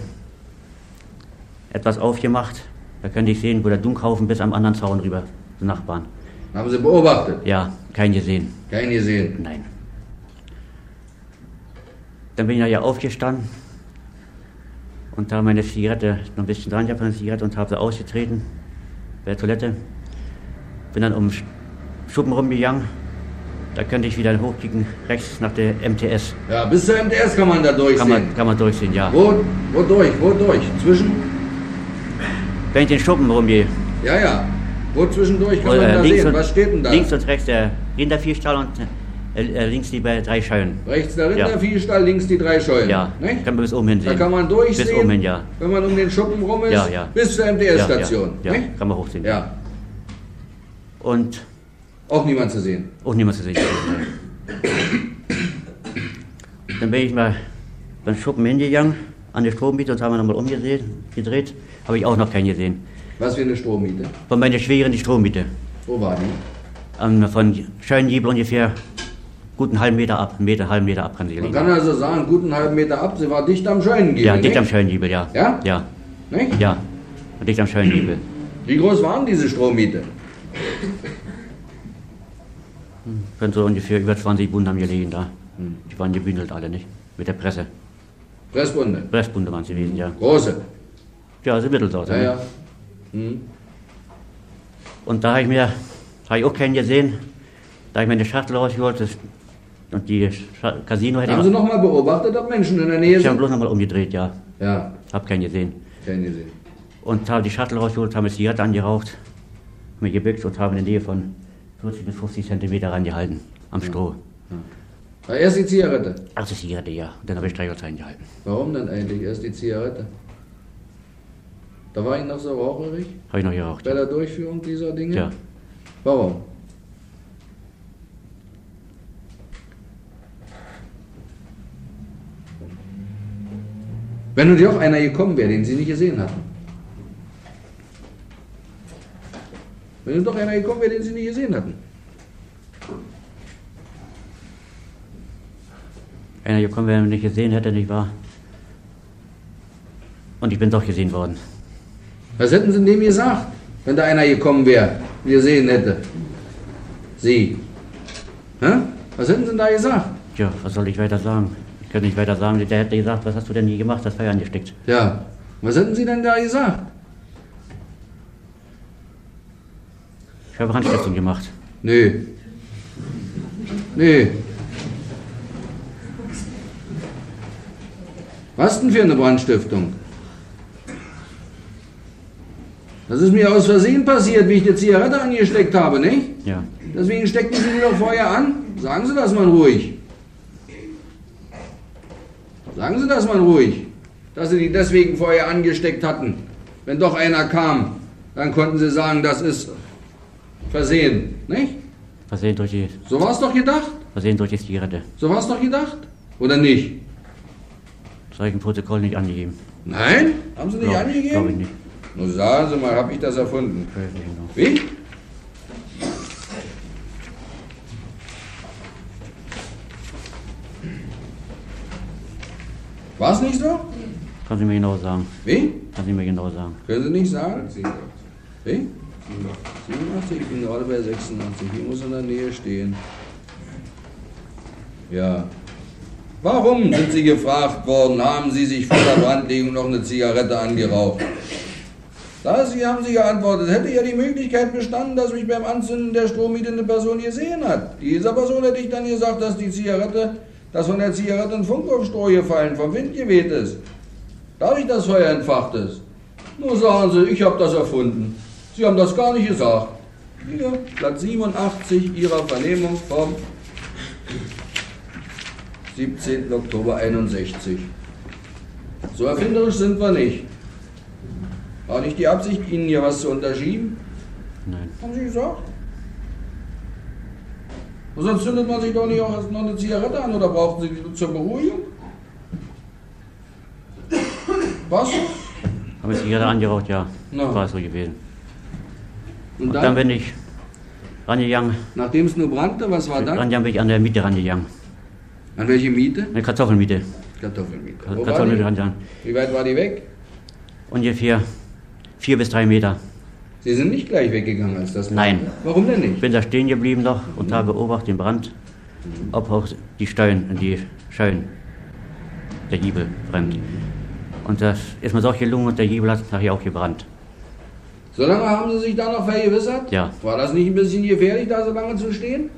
S8: etwas aufgemacht. Da könnte ich sehen, wo der Dunkhaufen bis am anderen Zaun rüber, zum Nachbarn.
S3: Haben sie beobachtet?
S8: Ja, kein gesehen.
S3: Keinen gesehen.
S8: Nein. Dann bin ich nachher aufgestanden und da meine Zigarette noch ein bisschen dran gehabt, meine Zigarette und habe sie ausgetreten bei der Toilette. Bin dann um Sch- Schuppen rumgegangen. Da könnte ich wieder hochkicken, rechts nach der MTS.
S3: Ja, bis zur MTS kann man da
S8: Kann
S3: durchsehen.
S8: man, kann man durchsehen, ja.
S3: Wo, wo durch, wo durch? Zwischen?
S8: Wenn ich den Schuppen rumgehe,
S3: Ja, ja. Wo zwischendurch kann
S8: äh,
S3: man da
S8: links,
S3: sehen?
S8: und,
S3: Was steht denn da?
S8: links und rechts der Rinderviehstall und äh, äh, links die bei drei Scheunen.
S3: Rechts der
S8: Ja.
S3: Rinderviehstall, links die drei Scheunen.
S8: Ja,
S3: Nicht?
S8: kann man bis oben hin
S3: Da
S8: sehen.
S3: kann man durchsehen,
S8: Bis oben hin, ja.
S3: wenn man um den Schuppen rum ist,
S8: Ja, ja.
S3: bis zur MTS-Station.
S8: Ja, ja, ja
S3: nicht?
S8: kann man hochsehen.
S3: ja.
S8: Und
S3: Auch niemand zu sehen.
S8: auch niemand zu sehen. Dann bin ich mal beim Schuppen hingegangen, an der Strommiete und haben wir nochmal umgedreht, gedreht, habe ich auch noch keinen gesehen.
S3: Was für eine Strommiete.
S8: Von meiner Schwägerin die Strommiete,
S3: Wo war die?
S8: ähm, von Schönjiebel ungefähr guten halben Meter ab, einen Meter, halben Meter ab kann sie
S3: Man
S8: gelegen.
S3: kann also sagen, einen guten halben Meter ab, sie war dicht am Scheunengiebel.
S8: Ja, dicht am
S3: nicht?
S8: Schönjiebel, ja.
S3: Ja?
S8: Ja,
S3: Nicht?
S8: ja, dicht am Schönjiebel.
S3: Wie groß waren diese Strommiete?
S8: Können so ungefähr über 20 Bunden haben gelegen da. Die waren gebündelt alle, nicht? Mit der Presse.
S3: Pressbunde.
S8: Pressbunde waren sie gewesen, ja. ne?
S3: Große.
S8: Ja, so mittelsorte.
S3: Ja,
S8: ne?
S3: ja. Hm.
S8: Und da habe ich mir, habe ich auch keinen gesehen, da habe ich meine Schachtel rausgeholt das, und die Scha Casino hätte
S3: Haben Sie nochmal beobachtet, ob Menschen in der Nähe
S8: ich habe
S3: sind?
S8: bloß nochmal umgedreht, ja.
S3: Ja,
S8: Habe keinen gesehen.
S3: kein gesehen.
S8: Und habe die Schachtel rausgeholt, habe eine Zigarette angeraucht, habe mich gebückt und habe in der Nähe von 40 bis 50 Zentimeter rangehalten am Stroh.
S3: Aber Ah, erst die Zigarette.
S8: Ach, das Zigarette, ja. Und dann habe ich Streichholz reingehalten.
S3: Warum denn eigentlich erst die Zigarette? Da war ich noch so raucherig
S8: Habe ich noch geraucht.
S3: bei
S8: Ja.
S3: der Durchführung dieser Dinge.
S8: ja.
S3: Warum? Wenn nun doch einer gekommen wäre, den Sie nicht gesehen hatten. Wenn nun doch einer gekommen wäre, den Sie nicht gesehen hatten.
S8: Einer gekommen, wenn er mich nicht gesehen hätte, nicht wahr? Und ich bin doch gesehen worden.
S3: Was hätten Sie dem gesagt, wenn da einer gekommen wäre, und gesehen hätte? Sie. Hä? Was hätten Sie denn da gesagt?
S8: Tja, was soll ich weiter sagen? Ich kann nicht weiter sagen. Der hätte gesagt, was hast du denn nie gemacht? Das Feuer angesteckt.
S3: Ja. Was hätten Sie denn da gesagt?
S8: Ich habe Brandstiftung gemacht.
S3: Nee. Nee. Was denn für eine Brandstiftung? Das ist mir aus Versehen passiert, wie ich die Zigarette angesteckt habe, nicht?
S8: Ja.
S3: Deswegen steckten Sie die doch vorher an. Sagen Sie das mal ruhig. Sagen Sie das mal ruhig, dass Sie die deswegen vorher angesteckt hatten. Wenn doch einer kam, dann konnten Sie sagen, das ist versehen, nicht?
S8: Versehen durch die,
S3: So war es doch gedacht.
S8: versehen durch die Zigarette.
S3: So war es doch gedacht. Oder nicht?
S8: Das habe ich im Protokoll nicht angegeben.
S3: Nein? Haben Sie nicht
S8: Glaub-
S3: angegeben?
S8: Glaube ich nicht.
S3: Nun sagen Sie mal, habe ich das erfunden?
S8: Ich weiß nicht genau.
S3: Wie? War es nicht so?
S8: Kann sie mir genau sagen.
S3: Wie?
S8: Kann sie mir genau sagen.
S3: Können Sie nicht sagen? Wie? 87, ich bin gerade bei 86. Hier muss in der Nähe stehen. Ja. Warum sind Sie gefragt worden, haben Sie sich vor der Brandlegung noch eine Zigarette angeraucht? Da Sie haben Sie geantwortet, hätte ja die Möglichkeit bestanden, dass mich beim Anzünden der Strohmiete eine Person gesehen hat. Dieser Person hätte ich dann gesagt, dass die Zigarette, dass von der Zigarette ein Funk auf Stroh gefallen, vom Wind geweht ist. Dadurch, dass Feuer entfacht ist. Nur sagen Sie, ich habe das erfunden. Sie haben das gar nicht gesagt. Hier, Platz 87 Ihrer Vernehmung vom 17. Oktober 61. So erfinderisch sind wir nicht. War nicht die Absicht, Ihnen hier was zu unterschieben?
S8: Nein.
S3: Haben Sie gesagt? Und Sonst zündet man sich doch nicht auch erst noch eine Zigarette an oder brauchten Sie die zur Beruhigung? Was?
S8: Habe ich Zigarette angeraucht? Ja.
S3: Na.
S8: War es so gewesen.
S3: Und
S8: Und dann bin ich rangegangen.
S3: Nachdem es nur brannte, was war Ah, dann?
S8: Rangegangen bin ich an der Miete rangegangen.
S3: An welche Miete?
S8: Eine Kartoffelmiete.
S3: Kartoffelmiete. Wo war
S8: Kartoffelmiete
S3: die?
S8: rangegangen.
S3: Wie weit war die weg?
S8: Ungefähr vier bis drei Meter.
S3: Sie sind nicht gleich weggegangen, als das
S8: Nein.
S3: brannte. Warum denn
S8: Ich
S3: nicht?
S8: bin da stehen geblieben noch und habe beobachtet den Brand, ob auch die Steine, die Scheun, der Giebel brennt. Und das ist mir doch gelungen und der Giebel hat nachher auch gebrannt.
S3: Solange haben Sie sich da noch vergewissert?
S8: Ja.
S3: War das nicht ein bisschen gefährlich, da so lange zu stehen?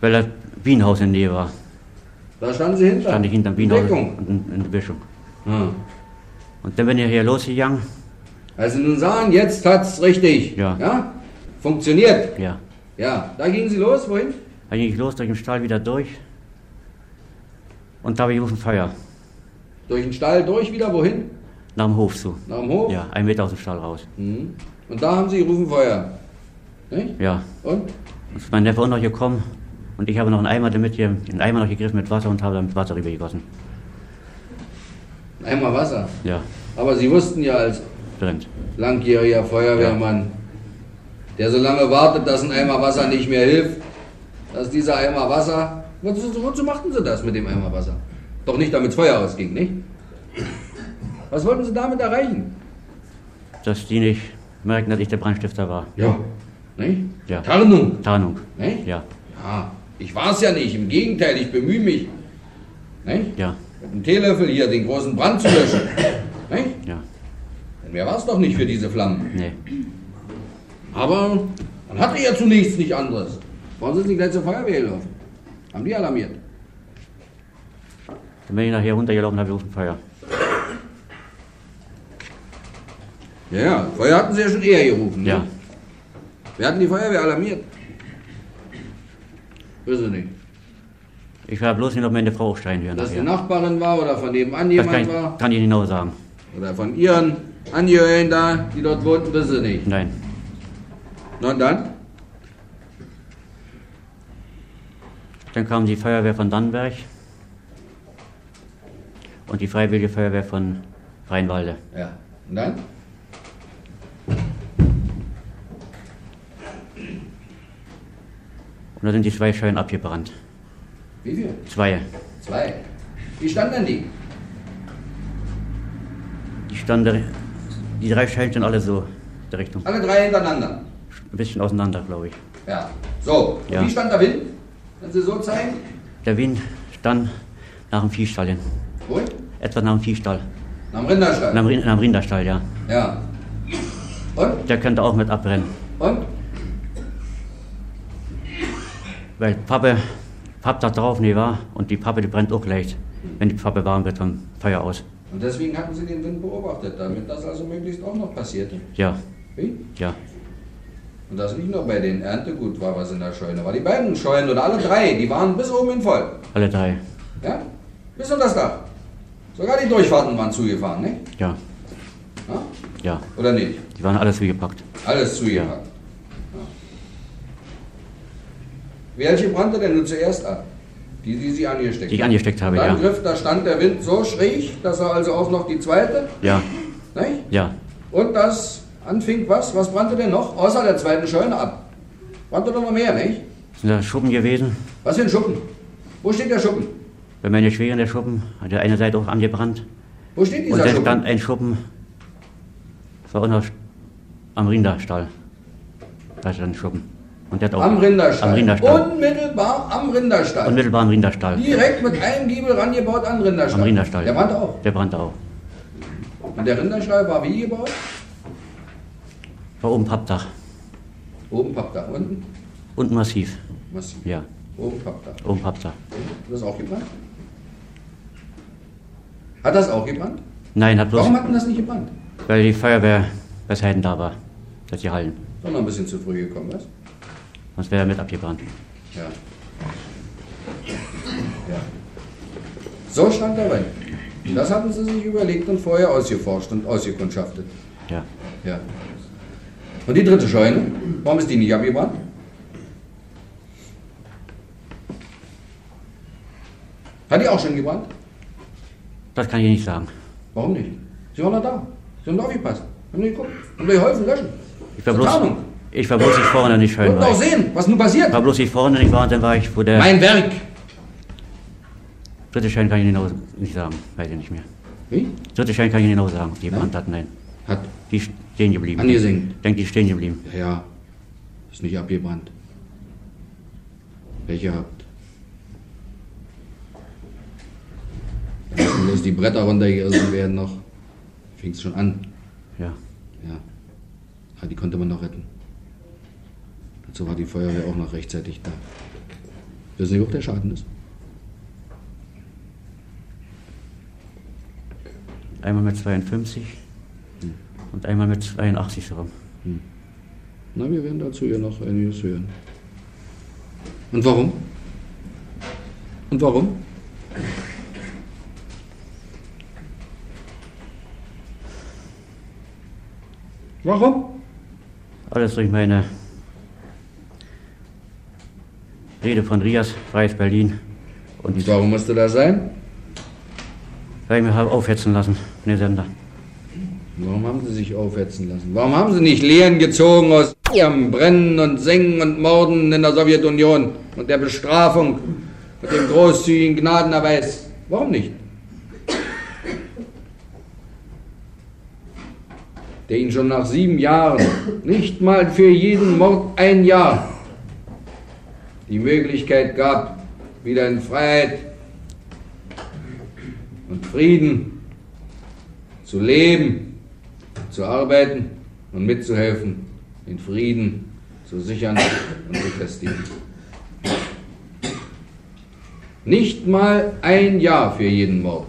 S8: Weil das Bienenhaus in der Nähe war,
S3: Da standen Sie hinter.
S8: stand ich hinter dem Bienenhaus
S3: Deckung.
S8: und in, in der Büschung.
S3: Hm.
S8: Und dann bin ich hier losgegangen,
S3: Als Sie nun sahen, jetzt hat's richtig.
S8: Ja.
S3: ja? Funktioniert.
S8: ja,
S3: Ja. Da gingen Sie los, wohin?
S8: dann ging ich los durch den Stall wieder durch und da habe ich gerufen Feuer,
S3: Durch den Stall durch, wieder wohin?
S8: nach dem Hof zu.
S3: Nach dem Hof?
S8: Ja, ein Meter aus dem Stall raus.
S3: Hm. Und da haben Sie gerufen Feuer. Nicht?
S8: Ja,
S3: Und?
S8: und ist mein Neffe auch noch gekommen und ich habe noch einen Eimer damit, ge- einen Eimer noch gegriffen mit Wasser und habe damit Wasser rübergegossen.
S3: Einmal Wasser.
S8: Ja,
S3: Aber Sie wussten ja als
S8: brennt.
S3: langjähriger Feuerwehrmann, der so lange wartet, dass ein Eimer Wasser nicht mehr hilft, dass dieser Eimer Wasser. Wozu, wozu machten Sie das mit dem Eimer Wasser? Doch nicht, damit Feuer ausging, nicht? Was wollten Sie damit erreichen?
S8: Dass die nicht merken, dass ich der Brandstifter war.
S3: Ja. Nicht?
S8: Ja.
S3: Tarnung.
S8: Tarnung.
S3: Nicht?
S8: Ja,
S3: ja. Ich war es ja nicht, im Gegenteil, ich bemühe mich. Nicht?
S8: ja,
S3: Mit dem Teelöffel hier den großen Brand zu löschen. Nicht?
S8: ja.
S3: Denn mehr war es doch nicht für diese Flammen.
S8: Nee.
S3: Aber Man hatte ja zunächst nichts anderes. Warum sind nicht gleich zur Feuerwehr gelaufen? Haben die alarmiert?
S8: Dann bin ich nachher runtergelaufen und habe gerufen Feuer.
S3: Ja, ja, Feuer hatten sie ja schon eher gerufen.
S8: Ja.
S3: Wir hatten die Feuerwehr alarmiert. Wissen Sie nicht.
S8: Ich war bloß nicht, ob meine Frau auch schreien hören.
S3: Dass die
S8: nachher.
S3: Nachbarin war oder von nebenan
S8: das
S3: jemand
S8: kann
S3: war
S8: ich, kann ich nicht genau sagen.
S3: oder von ihren Angehörigen da, die dort wohnten, wissen Sie nicht.
S8: Nein.
S3: Na und dann?
S8: Dann kam die Feuerwehr von Dannenberg und die Freiwillige Feuerwehr von Rheinwalde.
S3: Ja. Und dann?
S8: Und da sind die zwei Scheunen abgebrannt.
S3: Wie viel?
S8: Zwei.
S3: Zwei. Wie standen die?
S8: Die standen, die drei Scheunen standen alle so in der Richtung.
S3: Alle drei hintereinander.
S8: Ein bisschen auseinander, glaube ich.
S3: Ja. So,
S8: Ja.
S3: wie stand der Wind? Wenn Sie so zeigen?
S8: Der Wind stand nach dem Viehstall hin.
S3: Wohin?
S8: Etwas nach dem Viehstall.
S3: Am Rinderstall.
S8: Nach dem Rind- nach dem Rinderstall, ja.
S3: Ja. Und?
S8: Der könnte auch mit abbrennen.
S3: Und?
S8: Weil Pappe, Papp da drauf, nee, war. Und die Pappe, die brennt auch leicht. Wenn die Pappe warm wird, vom Feuer aus.
S3: Und deswegen hatten Sie den Wind beobachtet, damit das also möglichst auch noch passierte.
S8: Ja,
S3: Wie?
S8: ja.
S3: Und das nicht nur bei den Erntegut war was in der Scheune, war die beiden Scheunen oder alle drei, die waren bis oben hin voll.
S8: Alle drei.
S3: Ja? Bis unter das Dach. Sogar die Durchfahrten waren zugefahren, ne?
S8: Ja,
S3: Ja?
S8: ja.
S3: Oder nicht?
S8: Die waren alles wie gepackt.
S3: Alles zugepackt. Ja. Welche brannte denn nun zuerst ab? Die, die Sie angesteckt
S8: Die ich angesteckt habe,
S3: Dann
S8: ja.
S3: griff, da stand der Wind so schräg, dass er also auch noch die zweite,
S8: Ja,
S3: ne?
S8: ja.
S3: Und das anfing was? Was brannte denn noch? Außer der zweiten Scheune ab. Brannte doch noch mehr, nicht?
S8: Das sind da Schuppen gewesen.
S3: Was für ein Schuppen? Wo steht der Schuppen?
S8: Bei meiner Schwägerin der Schuppen, an der einen Seite auch angebrannt.
S3: Wo steht
S8: Und
S3: dieser
S8: da
S3: Schuppen?
S8: stand ein Schuppen, das war auch noch am Rinderstall. Da stand ein Schuppen. Und der hat auch
S3: am Rinderstall.
S8: Am Rinderstall.
S3: Unmittelbar am Rinderstall.
S8: Unmittelbar am Rinderstall.
S3: Direkt mit einem Giebel rangebaut an den Rinderstall.
S8: Am Rinderstall.
S3: Der brannte auch.
S8: Der brannte auch.
S3: Und der Rinderstall war wie gebaut?
S8: War oben Pappdach.
S3: Oben Pappdach, unten
S8: Unten massiv.
S3: massiv.
S8: Ja,
S3: Oben Pappdach.
S8: oben Pappdach.
S3: Hat das auch gebrannt? Hat das auch gebrannt?
S8: Nein, hat bloß,
S3: Warum hat denn das nicht gebrannt?
S8: weil die Feuerwehr bei Seiten da war. Dass die Hallen.
S3: Ist doch noch ein bisschen zu früh gekommen, was?
S8: Sonst wäre er mit abgebrannt.
S3: Ja. ja. So stand der Wein. Das hatten sie sich überlegt und vorher ausgeforscht und ausgekundschaftet.
S8: Ja.
S3: Ja. Und die dritte Scheune, warum ist die nicht abgebrannt? Hat die auch schon gebrannt?
S8: Das kann ich nicht sagen.
S3: Warum nicht? Sie waren doch da. Sie haben doch aufgepasst. Haben nicht geguckt. Haben doch geholfen, löschen.
S8: Ich war
S3: Zur
S8: bloß,
S3: Tarnung.
S8: ich war bloß nicht vorne nicht schön.
S3: Konnten
S8: War
S3: auch
S8: ich.
S3: sehen, was nun passiert.
S8: ich war bloß nicht vorne nicht war und dann war ich vor der.
S3: Mein Werk.
S8: Dritte Schein kann ich genau nicht sagen, weiß ich nicht mehr.
S3: Wie?
S8: Dritte Schein kann ich genau sagen, die Brand hat, nein.
S3: Hat.
S8: Die stehen geblieben.
S3: Angesehen.
S8: Ich denke, die stehen geblieben.
S3: Ja, ja. Ist nicht abgebrannt. Welche habt? Da müssen bloß die Bretter runtergerissen werden noch. Fing's schon an.
S8: Ja.
S3: Ja. Ah, die konnte man noch retten. Dazu war die Feuerwehr auch noch rechtzeitig da. Wissen Sie, wie hoch der Schaden ist?
S8: Einmal mit 52 und einmal mit 82 so rum.
S3: Na, wir werden dazu ja noch einiges hören. Und warum? Und warum? Warum?
S8: Alles durch meine Rede von Rias, Freies Berlin. Und
S3: Und warum musste das sein?
S8: weil ich mich habe aufhetzen lassen in den Sender.
S3: Warum haben sie sich aufhetzen lassen? Warum haben sie nicht Lehren gezogen aus ihrem Brennen und Sengen und Morden in der Sowjetunion und der Bestrafung und dem großzügigen Gnadenerweis? Warum nicht? Der ihnen schon nach sieben Jahren, nicht mal für jeden Mord ein Jahr, die Möglichkeit gab, wieder in Freiheit und Frieden zu leben, zu arbeiten und mitzuhelfen, den Frieden zu sichern und zu festigen. Nicht mal ein Jahr für jeden Mord,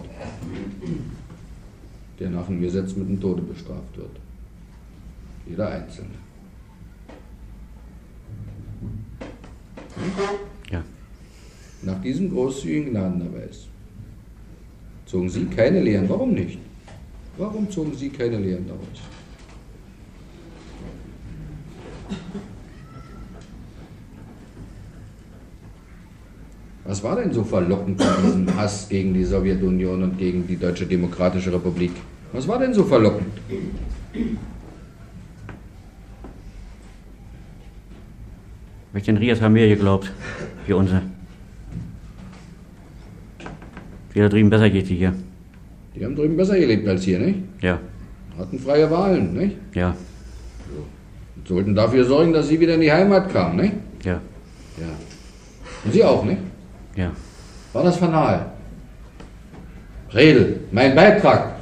S3: der nach dem Gesetz mit dem Tode bestraft wird. Jeder Einzelne.
S8: Ja.
S3: Nach diesem großzügigen Gnadenbeweis zogen Sie keine Lehren. Warum nicht? Warum zogen Sie keine Lehren daraus? Was war denn so verlockend an diesem Hass gegen die Sowjetunion und gegen die Deutsche Demokratische Republik? Was war denn so verlockend?
S8: Weil ich den Rias haben wir geglaubt, hier unsere. Die da drüben besser geht wie hier.
S3: Die haben drüben besser gelebt als hier, nicht?
S8: Ja,
S3: Hatten freie Wahlen, nicht?
S8: ja,
S3: Und sollten dafür sorgen, dass sie wieder in die Heimat kamen, nicht?
S8: ja,
S3: Ja. Und sie auch, nicht?
S8: ja.
S3: War das Fanal? Redel, mein Beitrag.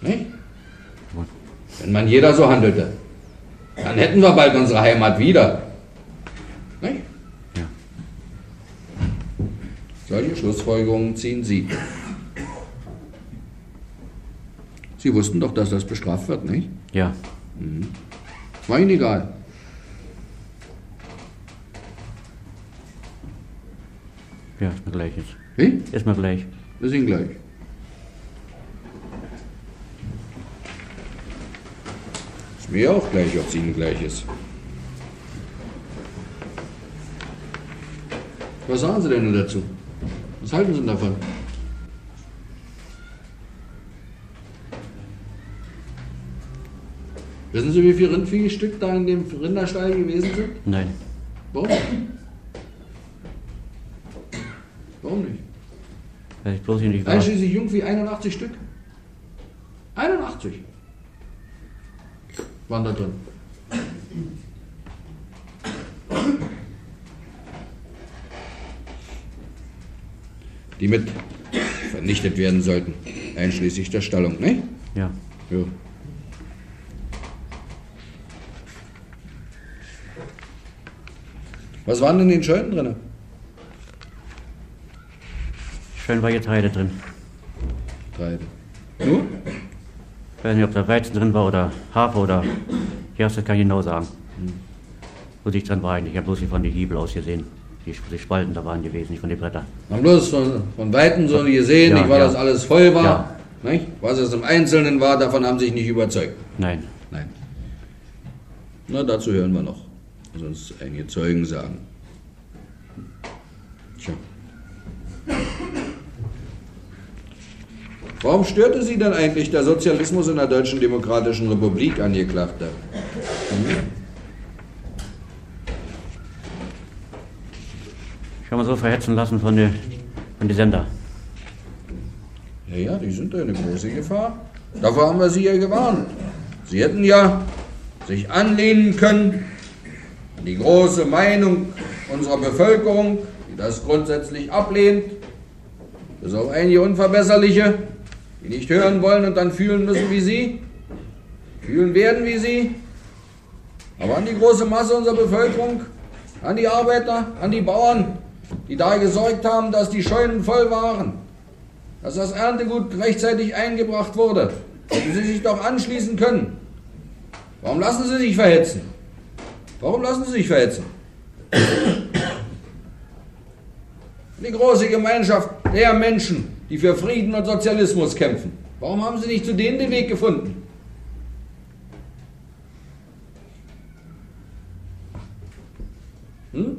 S3: Nicht? Wenn man jeder so handelte, dann hätten wir bald unsere Heimat wieder. Nicht?
S8: Ja.
S3: Solche Schlussfolgerungen ziehen Sie. Sie wussten doch, dass das bestraft wird, nicht?
S8: Ja,
S3: War Ihnen egal.
S8: ja, ist mir gleich jetzt.
S3: Wie?
S8: Ist mir gleich.
S3: Wir sehen gleich. Ist mir auch gleich, ob es Ihnen gleich ist. Was sagen Sie denn nun dazu? Was halten Sie denn davon? Wissen Sie, wie viele Rindviehstück da in dem Rinderstall gewesen sind?
S8: Nein,
S3: Warum? Warum nicht?
S8: weil ich bloß hier nicht war.
S3: Einschließlich Jungvieh 81 Stück. 81 waren da drin. Die mit vernichtet werden sollten, einschließlich der Stallung, ne?
S8: Ja,
S3: Ja. Was waren denn in den Scheunen drin?
S8: schön war Getreide drin.
S3: Getreide. Nur?
S8: Ich weiß nicht, ob da Weizen drin war oder Hafer oder Gerste, das kann ich genau sagen. So dicht dran war ich nicht. Ich habe bloß hier von den Giebel aus gesehen. Die, die Spalten da waren gewesen, nicht von den Brettern.
S3: Man bloß von, von Weitem so gesehen,
S8: Ja,
S3: nicht, weil
S8: ja.
S3: das alles voll war.
S8: Ja.
S3: Nicht? Was es im Einzelnen war, davon haben sich nicht überzeugt.
S8: Nein,
S3: Nein. Na, dazu hören wir noch. Was uns einige Zeugen sagen. Tja. Warum störte Sie denn eigentlich der Sozialismus in der Deutschen Demokratischen Republik, Angeklagter?
S8: ich habe mich so verhetzen lassen von den von den Sender.
S3: Ja, ja, die sind eine große Gefahr. Davor haben wir sie ja gewarnt. Sie hätten ja sich anlehnen können an die große Meinung unserer Bevölkerung, die das grundsätzlich ablehnt, bis auf einige Unverbesserliche, die nicht hören wollen und dann fühlen müssen wie sie, fühlen werden wie sie. Aber an die große Masse unserer Bevölkerung, an die Arbeiter, an die Bauern, die da gesorgt haben, dass die Scheunen voll waren, dass das Erntegut rechtzeitig eingebracht wurde. Hätten Sie sich doch anschließen können. Warum lassen Sie sich verhetzen? Warum lassen Sie sich verhetzen? Die große Gemeinschaft der Menschen, die für Frieden und Sozialismus kämpfen. Warum haben Sie nicht zu denen den Weg gefunden? Hm?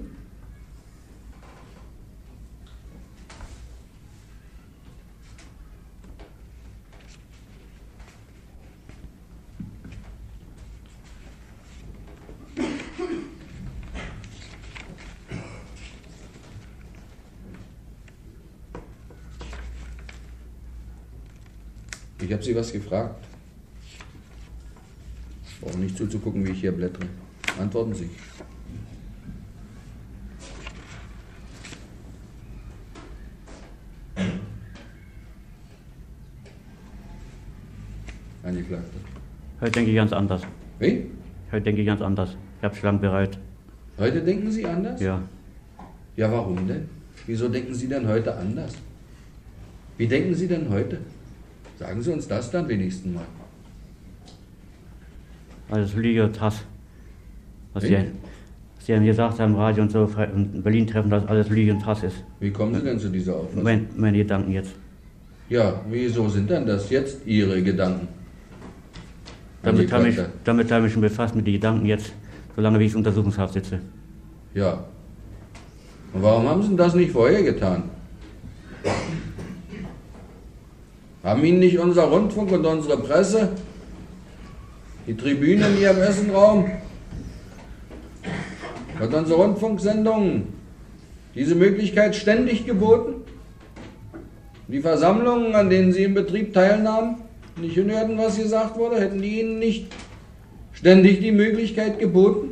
S3: Ich habe Sie was gefragt. Brauchen nicht zuzugucken, wie ich hier blättere. Antworten Sie. Angeklagter.
S8: Heute denke ich ganz anders.
S3: Wie?
S8: Heute denke ich ganz anders. Ich habe Schlangen bereit.
S3: Heute denken Sie anders?
S8: Ja.
S3: Ja, warum denn? Wieso denken Sie denn heute anders? Wie denken Sie denn heute? Sagen Sie uns das dann wenigstens mal.
S8: Alles Lüge und Hass. Was
S3: Wie?
S8: Sie, was Sie gesagt haben, Radio und so, in Berlin treffen, dass alles Lüge und Hass ist.
S3: Wie kommen Sie denn zu dieser Auffassung?
S8: Mein, meine Gedanken jetzt.
S3: Ja, wieso sind denn das jetzt Ihre Gedanken?
S8: Damit habe ich,
S3: Angeklagter.
S8: damit habe ich mich schon befasst mit den Gedanken jetzt, solange wie ich in Untersuchungshaft sitze.
S3: Ja. Und warum haben Sie denn das nicht vorher getan? Haben Ihnen nicht unser Rundfunk und unsere Presse, die Tribüne in Ihrem Essenraum und unsere Rundfunksendungen diese Möglichkeit ständig geboten? Die Versammlungen, an denen Sie im Betrieb teilnahmen, nicht hörten, was gesagt wurde, hätten die Ihnen nicht ständig die Möglichkeit geboten?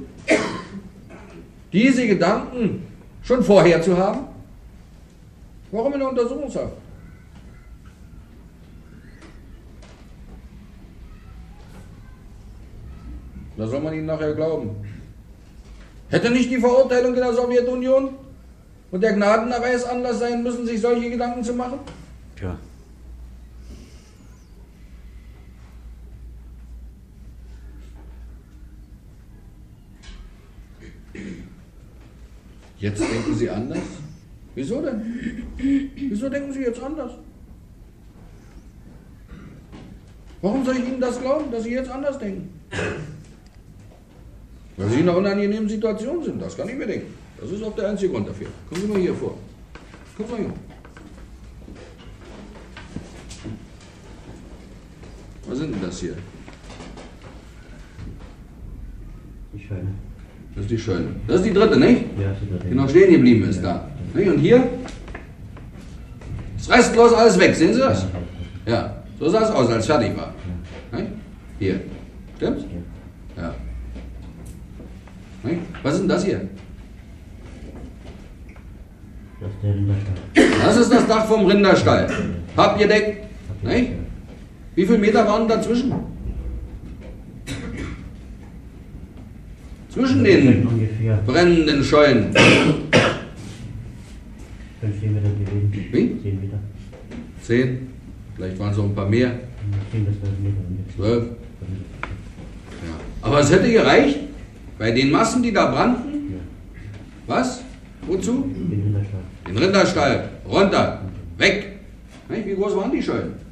S3: diese Gedanken schon vorher zu haben? Warum in der Untersuchungshaft? Da soll man ihnen nachher glauben. Hätte nicht die Verurteilung in der Sowjetunion und der Gnadenerweis Anlass sein müssen, sich solche Gedanken zu machen?
S8: Tja.
S3: Jetzt denken Sie anders? Wieso denn? Wieso denken Sie jetzt anders? Warum soll ich Ihnen das glauben, dass Sie jetzt anders denken? Weil Sie in einer unangenehmen Situation sind, das kann ich mir denken. Das ist auch der einzige Grund dafür. Kommen Sie mal hier vor. Kommen Sie mal hier. Was sind denn das hier?
S6: Die Scheune.
S3: Das ist die Scheune. Das ist die dritte, nicht?
S6: Ja, das ist die dritte.
S3: Genau, stehen geblieben ist da. Nicht? Und hier ist restlos alles weg, sehen Sie das? Ja, so sah es aus, als es fertig war. Nicht? Hier. Stimmt's? Ja. Nicht? Was ist denn das hier?
S6: Das ist der Rinderstall.
S3: Das ist das Dach vom Rinderstall. Pappgedeckt. Nicht? Wie viele Meter waren dazwischen? Zwischen den
S6: Ungefähr
S3: brennenden Scheunen.
S6: 5, 4 Meter gewesen.
S3: Wie?
S6: 10 Meter.
S3: Zehn, vielleicht waren es noch ein paar mehr.
S6: 10 bis 12 Meter. ungefähr.
S3: Zwölf. Aber es hätte gereicht, bei den Massen, die da brannten. Was? Wozu?
S6: Den Rinderstall.
S3: Den Rinderstall, runter, weg. Nicht? Wie groß waren die Scheunen?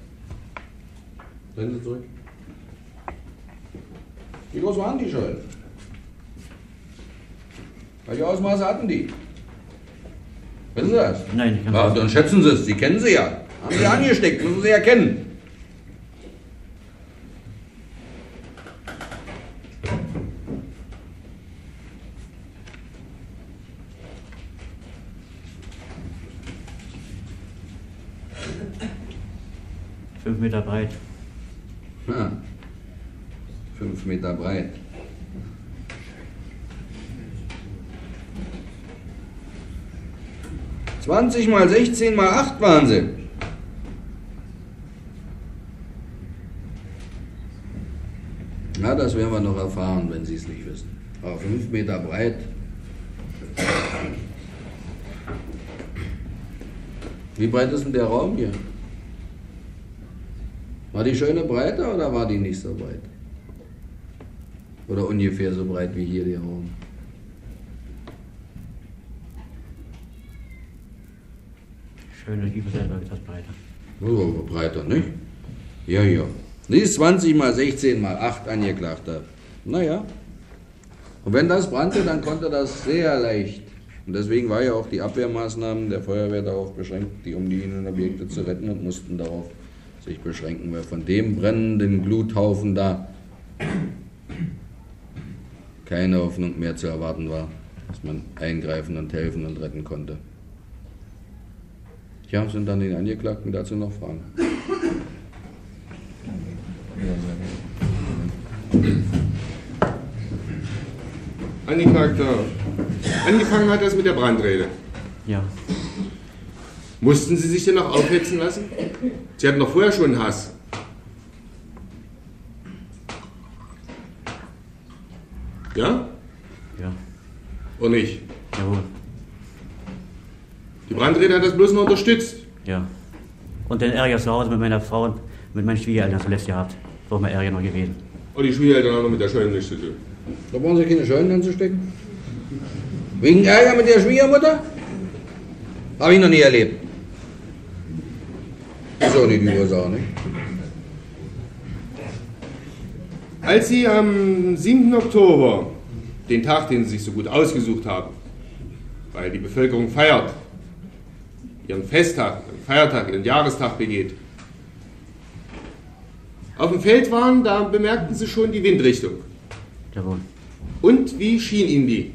S3: Rennen Sie zurück. Wie groß waren die Scheunen? Welche Ausmaße hatten die? Wissen Sie das?
S8: Nein, ich kann
S3: Ja, dann schätzen Sie es, Sie kennen sie ja. Haben Sie angesteckt, müssen Sie ja kennen.
S8: Fünf Meter breit.
S3: Ja. Fünf Meter breit. Zwanzig mal sechzehn mal acht waren sie. Na, das werden wir noch erfahren, wenn Sie es nicht wissen. Aber fünf Meter breit. Wie breit ist denn der Raum hier? War die schöne breite oder war die nicht so breit? Oder ungefähr so breit wie hier der Raum?
S8: Schön und überall etwas breiter.
S3: So aber breiter, nicht? Ja, ja. Sie ist 20 mal 16 mal 8 angeklagter. Naja. Und wenn das brannte, dann konnte das sehr leicht. Und deswegen war ja auch die Abwehrmaßnahmen der Feuerwehr darauf beschränkt, die um die ihnen Objekte zu retten und mussten darauf sich beschränken, weil von dem brennenden Gluthaufen da keine Hoffnung mehr zu erwarten war, dass man eingreifen und helfen und retten konnte. Ja, sind dann den Angeklagten dazu noch Fragen?
S1: Angeklagter, angefangen hat das mit der Brandrede.
S8: Ja.
S1: Mussten Sie sich denn noch aufhetzen lassen? Sie hatten doch vorher schon Hass. Ja?
S8: Ja.
S1: Und ich?
S8: Jawohl.
S1: Die Brandrede hat das bloß nur unterstützt.
S8: Ja. Und den Ärger zu Hause mit meiner Frau und mit meinen Schwiegereltern zuletzt gehabt. Wo mein Ärger noch gewesen.
S1: Und die Schwiegereltern haben noch mit der Scheune nichts zu tun.
S4: Da brauchen Sie keine Scheunen anzustecken. Wegen Ärger mit der Schwiegermutter? Habe ich noch nie erlebt. Ist auch nicht die Ursache, ne?
S1: Als Sie am 7. Oktober, den Tag, den Sie sich so gut ausgesucht haben, weil die Bevölkerung feiert, ihren Festtag, ihren Feiertag, ihren Jahrestag begeht, auf dem Feld waren, da bemerkten Sie schon die Windrichtung.
S8: Jawohl.
S1: Und wie schien Ihnen die?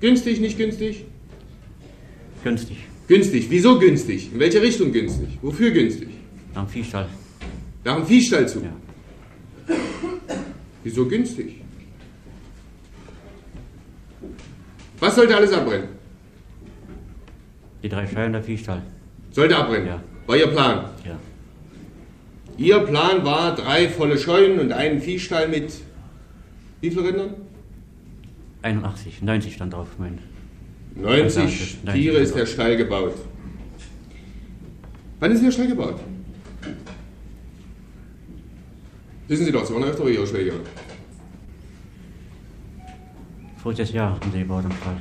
S1: Günstig, nicht günstig?
S8: Günstig.
S1: Günstig. Wieso günstig? In welche Richtung günstig? Wofür günstig?
S8: Am Viehstall.
S1: Nach dem Viehstall zu. Wieso günstig? Was sollte alles abbrennen?
S8: Die drei Scheiben der Viehstall.
S1: Sollte abbrennen. War Ihr Plan?
S8: Ja.
S1: Ihr Plan war drei volle Scheunen und einen Viehstall mit wie vielen Rindern?
S8: 81, 90 stand drauf, mein.
S1: 90
S8: Nein,
S1: Tiere ist der
S8: stand
S1: Stall gebaut. Wann ist denn der Stall gebaut? Wissen Sie doch, Sie waren öfter bei Ihrer Schwägerin.
S8: drauf. Voriges Jahr haben sie gebaut am Stall.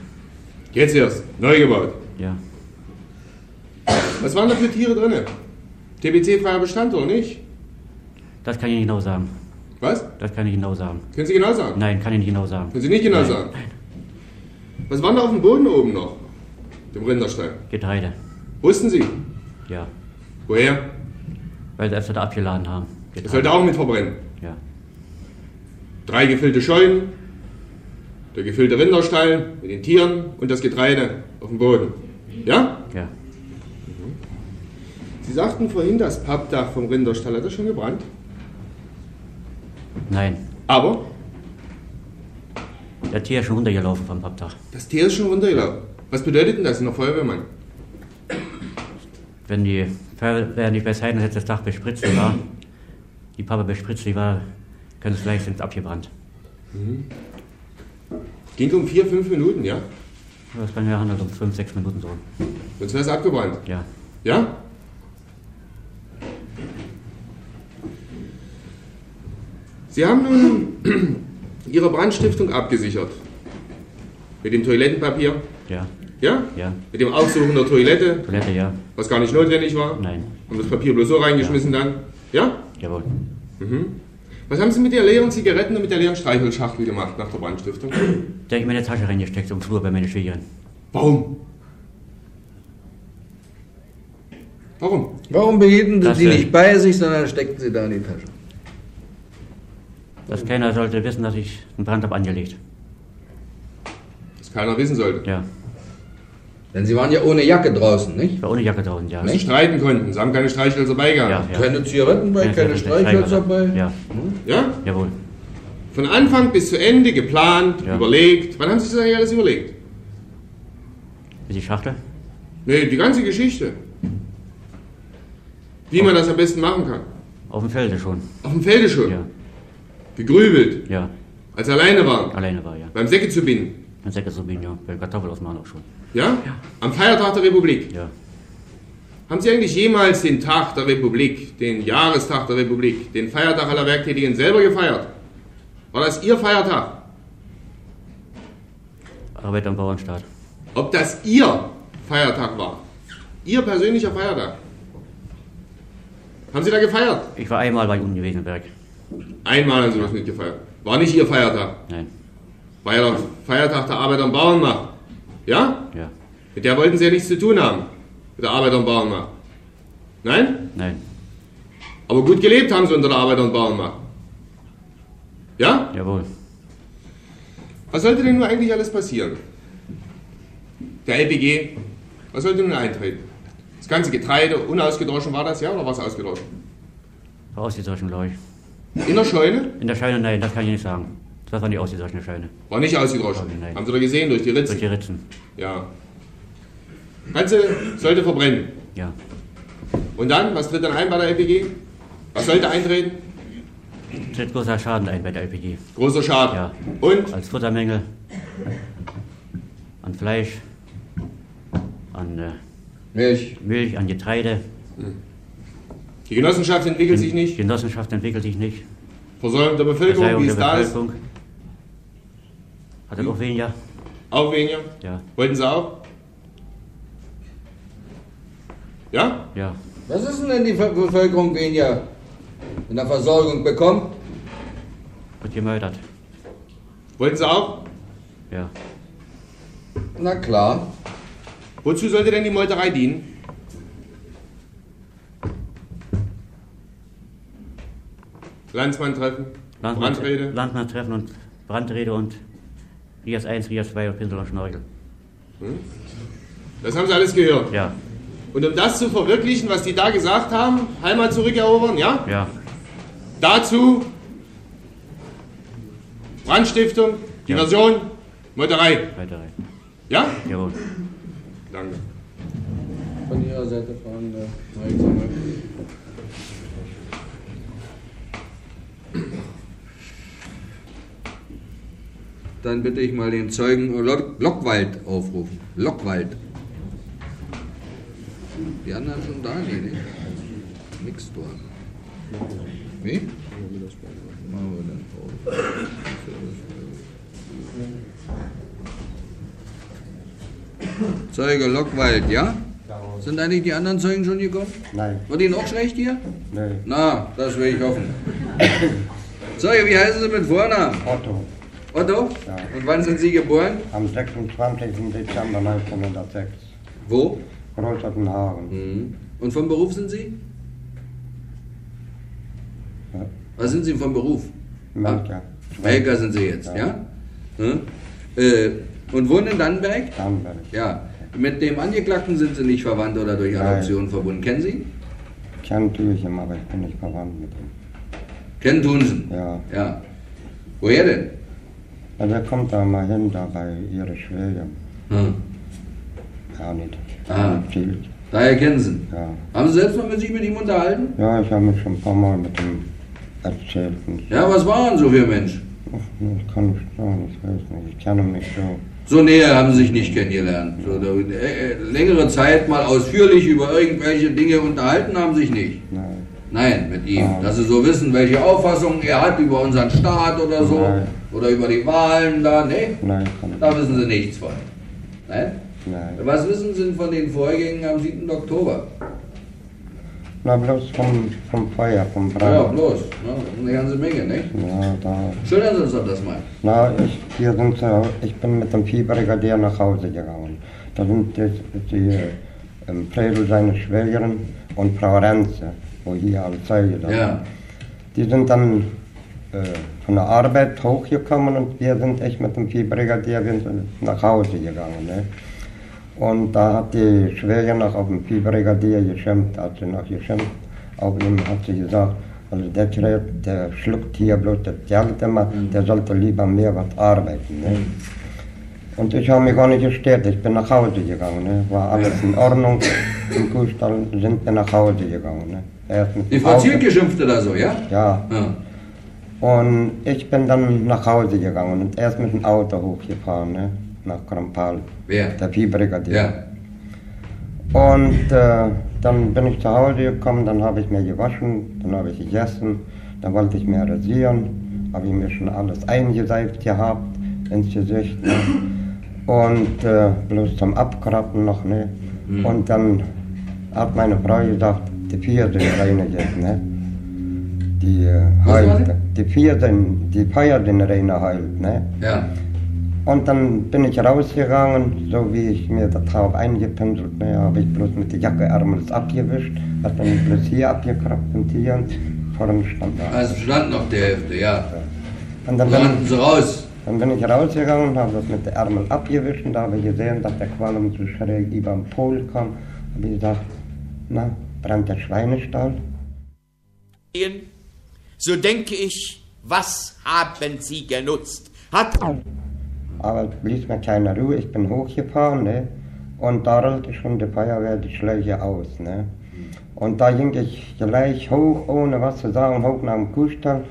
S1: Jetzt erst, neu gebaut.
S8: Ja.
S1: Was waren da für Tiere drin? TBC-freier Bestand oder nicht?
S8: Das kann ich nicht genau sagen.
S1: Was?
S8: Das kann ich genau sagen.
S1: Können Sie genau sagen?
S8: Nein, kann ich nicht genau sagen.
S1: Können Sie nicht genau
S8: Nein.
S1: sagen? Was waren da auf dem Boden oben noch? Dem Rinderstall.
S8: Getreide.
S1: Wussten Sie?
S8: Ja.
S1: Woher?
S8: Weil sie öfter da abgeladen haben.
S1: Das sollte auch mit verbrennen.
S8: Ja.
S1: Drei gefüllte Scheunen, der gefüllte Rinderstall mit den Tieren und das Getreide auf dem Boden. Ja?
S8: Ja.
S1: Sie sagten vorhin, das Pappdach vom Rinderstall hat das schon gebrannt.
S8: Nein.
S1: Aber?
S8: Der Tier ist schon runtergelaufen vom Pappdach.
S1: Das Tier ist schon runtergelaufen. Was bedeutet denn das? Sie sind Noch Feuerwehrmann.
S8: Wenn die Feuerwehr nicht besser hätten, hätte das Dach bespritzt, die war. Die Pappe bespritzt, die war. Könnte es gleich sind abgebrannt.
S1: Ging um vier, fünf Minuten, ja?
S8: Das kann ja handeln um fünf, sechs Minuten so.
S1: Sonst wäre es abgebrannt.
S8: Ja.
S1: Ja? Sie haben nun Ihre Brandstiftung abgesichert. Mit dem Toilettenpapier,
S8: Ja.
S1: ja?
S8: Ja.
S1: Mit dem Aufsuchen der Toilette,
S8: Toilette, ja.
S1: was gar nicht notwendig war.
S8: Nein.
S1: Haben das Papier bloß so reingeschmissen dann. Ja?
S8: Jawohl.
S1: Mhm. Was haben Sie mit der leeren Zigarette und mit der leeren Streichholzschachtel gemacht nach der Brandstiftung?
S8: Da hab ich meine Tasche reingesteckt im Flur bei meiner Schwägerin.
S1: Warum? Warum?
S4: Warum behielten Sie
S8: Das
S4: die
S8: wär-
S4: nicht bei sich, sondern steckten sie da in die Tasche?
S8: Dass keiner sollte wissen, dass ich einen Brand habe angelegt.
S1: Dass keiner wissen sollte.
S8: Ja.
S4: Denn Sie waren ja ohne Jacke draußen, nicht?
S8: Ich war ohne Jacke draußen, ja.
S1: Dass Sie streiten konnten. Sie haben keine Streichhölzer bei gehabt.
S8: Ja.
S4: Keine Zigaretten bei,
S8: Ja,
S4: keine
S8: ja,
S4: Streichhölzer bei.
S8: Ja.
S1: Ja?
S8: Jawohl.
S1: Von Anfang bis zu Ende geplant,
S8: Ja.
S1: überlegt. Wann haben Sie sich das eigentlich alles überlegt?
S8: Die Schachtel?
S1: Nee, die ganze Geschichte. Wie man das am besten machen kann.
S8: Auf dem Felde schon.
S1: Auf dem Felde schon.
S8: Ja.
S1: Gegrübelt.
S8: Ja.
S1: Als Sie alleine waren.
S8: Alleine war, ja.
S1: Beim Säcke zu binden.
S8: Ein Säcke so bin, ja. Bei Kartoffel ausmachen auch schon.
S1: Ja? Am Feiertag der Republik.
S8: Ja.
S1: Haben Sie eigentlich jemals den Tag der Republik, den Jahrestag der Republik, den Feiertag aller Werktätigen selber gefeiert? War das Ihr Feiertag?
S8: Arbeit am Bauernstaat.
S1: Ob das Ihr Feiertag war? Ihr persönlicher Feiertag? Haben Sie da gefeiert?
S8: Ich war einmal bei unten gewesen im Werk.
S1: Einmal haben Sie das nicht gefeiert. War nicht Ihr Feiertag.
S8: Nein.
S1: War ja der Feiertag der Arbeit am Bauernmarkt. Ja?
S8: Ja.
S1: Mit der wollten Sie ja nichts zu tun haben. Mit der Arbeit am Bauernmarkt. Nein?
S8: Nein.
S1: Aber gut gelebt haben Sie unter der Arbeit am Bauernmarkt. Ja?
S8: Jawohl.
S1: Was sollte denn nun eigentlich alles passieren? Der LPG, was sollte nun eintreten? Das ganze Getreide, unausgedroschen war das, ja, oder war es ausgedroschen?
S8: War ausgedroschen, glaube ich.
S1: In der Scheune?
S8: In der Scheune, nein, das kann ich nicht sagen. Das war nicht ausgedroschen, in der Scheune.
S1: War nicht ausgedroschen.
S8: nein.
S1: Haben Sie doch gesehen, durch die Ritzen.
S8: Durch die Ritzen.
S1: Ja. Ganze sollte verbrennen.
S8: Ja.
S1: Und dann, was tritt dann ein bei der LPG? Was sollte eintreten?
S8: tritt großer Schaden ein bei der LPG.
S1: Großer Schaden.
S8: Ja.
S1: Und?
S8: Als Futtermenge an Fleisch, an äh,
S1: Milch.
S8: Milch, an Getreide.
S1: Die Genossenschaft entwickelt sich nicht.
S8: Die Genossenschaft entwickelt sich nicht.
S1: Versorgung der Bevölkerung,
S8: Versorgung
S1: wie es
S8: der
S1: da ist.
S8: Bevölkerung. Hat er auch weniger?
S1: Auch weniger?
S8: Ja.
S1: Wollten Sie auch? Ja?
S8: Ja.
S3: Was ist denn, wenn die Ver- Bevölkerung weniger in der Versorgung bekommt?
S8: Wird gemeldet.
S1: Wollten Sie auch?
S8: Ja.
S3: Na klar.
S1: Wozu sollte denn die Meuterei dienen? Landsmann treffen,
S8: Landmann-
S1: Brandrede.
S8: Landmanntreffen und Brandrede und Rias 1, Rias 2 und Pinsel und Schnorchel.
S1: Hm? Das haben Sie alles gehört.
S8: Ja.
S1: Und um das zu verwirklichen, was die da gesagt haben, Heimat zurückerobern, ja?
S8: Ja.
S1: Dazu Brandstiftung, Diversion, Meuterei.
S8: Meuterei.
S1: Ja?
S8: Jawohl.
S1: Danke.
S10: Von Ihrer Seite
S3: äh,
S10: Fragen, Herr Examen.
S3: Dann bitte ich mal den Zeugen Lock Lockwald aufrufen. Lockwald. Die anderen schon da? Nee, nee. Nix dort. Wie? Machen wir dann Pause. Zeuge Lockwald, ja? Sind eigentlich die anderen Zeugen schon gekommen?
S5: Nein.
S3: Wird Ihnen auch schlecht hier?
S5: Nein.
S3: Na, das will ich hoffen. Zeuge, wie heißen Sie mit Vornamen?
S5: Otto.
S3: Otto?
S5: Ja.
S3: Und wann sind Sie geboren?
S5: Am 26. Dezember 1906.
S3: Wo?
S5: Großottenhagen.
S3: Hm. Und vom Beruf sind Sie?
S5: Ja.
S3: Was sind Sie vom Beruf?
S5: Melker.
S3: Melker sind Sie jetzt, ja? Hm? Äh, und wohnen in Dannenberg?
S5: Dannenberg.
S3: Ja. Mit dem Angeklagten sind Sie nicht verwandt oder durch
S5: Nein.
S3: Adoption verbunden. Kennen Sie?
S5: Ich kann natürlich immer, aber ich bin nicht verwandt mit ihm.
S3: Kennen tun Sie.
S5: Ja.
S3: Ja. Woher denn?
S5: ja. Der kommt da mal hin, da bei ihrer Schwägerin.
S3: Hm.
S5: Gar nicht.
S3: Ah.
S5: Viel.
S3: Daher kennen Sie.
S5: Ja.
S3: Haben Sie selbst mal mit sich mit ihm unterhalten?
S5: ja, ich habe mich schon ein paar Mal mit ihm erzählt. Und
S3: Ja, was waren so für Mensch?
S5: Ich Hm, kann nicht sagen, ich weiß nicht. Ich kenne mich so.
S3: So näher haben sie sich nicht kennengelernt. So, da, äh, längere Zeit mal ausführlich über irgendwelche Dinge unterhalten haben sich nicht.
S5: Nein.
S3: Nein, mit ihm.
S5: Ah.
S3: Dass sie so wissen, welche Auffassung er hat über unseren Staat oder so.
S5: Nein.
S3: Oder über die Wahlen da. Nee,
S5: Nein, ich kann nicht.
S3: da wissen sie nichts von. Nein?
S5: Nein.
S3: Was wissen Sie denn von den Vorgängen am 7. Oktober?
S5: Na, bloß vom, vom Feuer, vom
S3: Ja,
S5: Brand.
S3: bloß. Ne? Eine ganze Menge, ne? nicht?
S5: Ja, da.
S3: Schildern Sie uns doch das mal.
S5: Na, ich, wir sind, zu- ich bin mit dem Viehbrigadier nach Hause gegangen. Da sind die, die ähm, Predel seine Schwägerin und Frau Renze, wo hier alle Zeuge da
S3: Ja.
S5: waren. Die sind dann äh, von der Arbeit hochgekommen und wir sind, ich mit dem Viehbrigadier, wir sind nach Hause gegangen. Ne? Und da hat die Schwägerin noch auf den Viehbrigadier geschimpft, hat sie noch geschimpft. Auf ihm hat sie gesagt, also der Kret, der schluckt hier bloß das Geld immer, der sollte lieber mehr was arbeiten. Ne? Und ich habe mich gar nicht gestört, ich bin nach Hause gegangen. Ne? War alles in Ordnung, im Kuhstall sind wir nach Hause gegangen. Ne? Erst mit
S3: Die
S5: dem
S3: Frau
S5: Auto-
S3: Ziel geschimpft oder so, ja?
S5: Ja,
S3: Ja.
S5: und ich bin dann nach Hause gegangen und erst mit dem Auto hochgefahren, ne? nach Krampal,
S3: Wer?
S5: der Viehbrigadier.
S3: Ja.
S5: Und äh, dann bin ich zu Hause gekommen, dann habe ich mir gewaschen, dann habe ich gegessen, dann wollte ich mir rasieren, habe ich mir schon alles eingeseift gehabt ins Gesicht. Ne? Und äh, bloß zum Abkratzen noch, ne?
S3: Mhm.
S5: Und dann hat meine Frau gesagt, die vier sind reinigt, ne? Die äh,
S3: Was war
S5: heilt.
S3: sie?
S5: Die vier sind, die feiert den Rainer heilt, ne?
S3: Ja.
S5: Und dann bin ich rausgegangen, so wie ich mir das habe eingepinselt. Ne, habe ich bloß mit der Jacke ärmels abgewischt, hat dann bloß hier abgekrappt und hier und vor dem Stand da.
S3: Also stand noch die Hälfte, ja.
S5: Und dann
S3: Rannten
S5: bin,
S3: sie raus.
S5: dann bin ich rausgegangen und habe das mit der Ärmel abgewischt und da habe ich gesehen, dass der Qualm so schräg über den Pol kam. Habe ich gesagt, na, brennt der Schweinestall?
S11: gehen, so denke ich, was haben sie genutzt? Hat
S5: Aber es ließ mir keine Ruhe, ich bin hochgefahren, ne? Und da rollte schon die Feuerwehr die Schläuche aus, ne? Und da ging ich gleich hoch, ohne was zu sagen, hoch nach dem Kuhstall.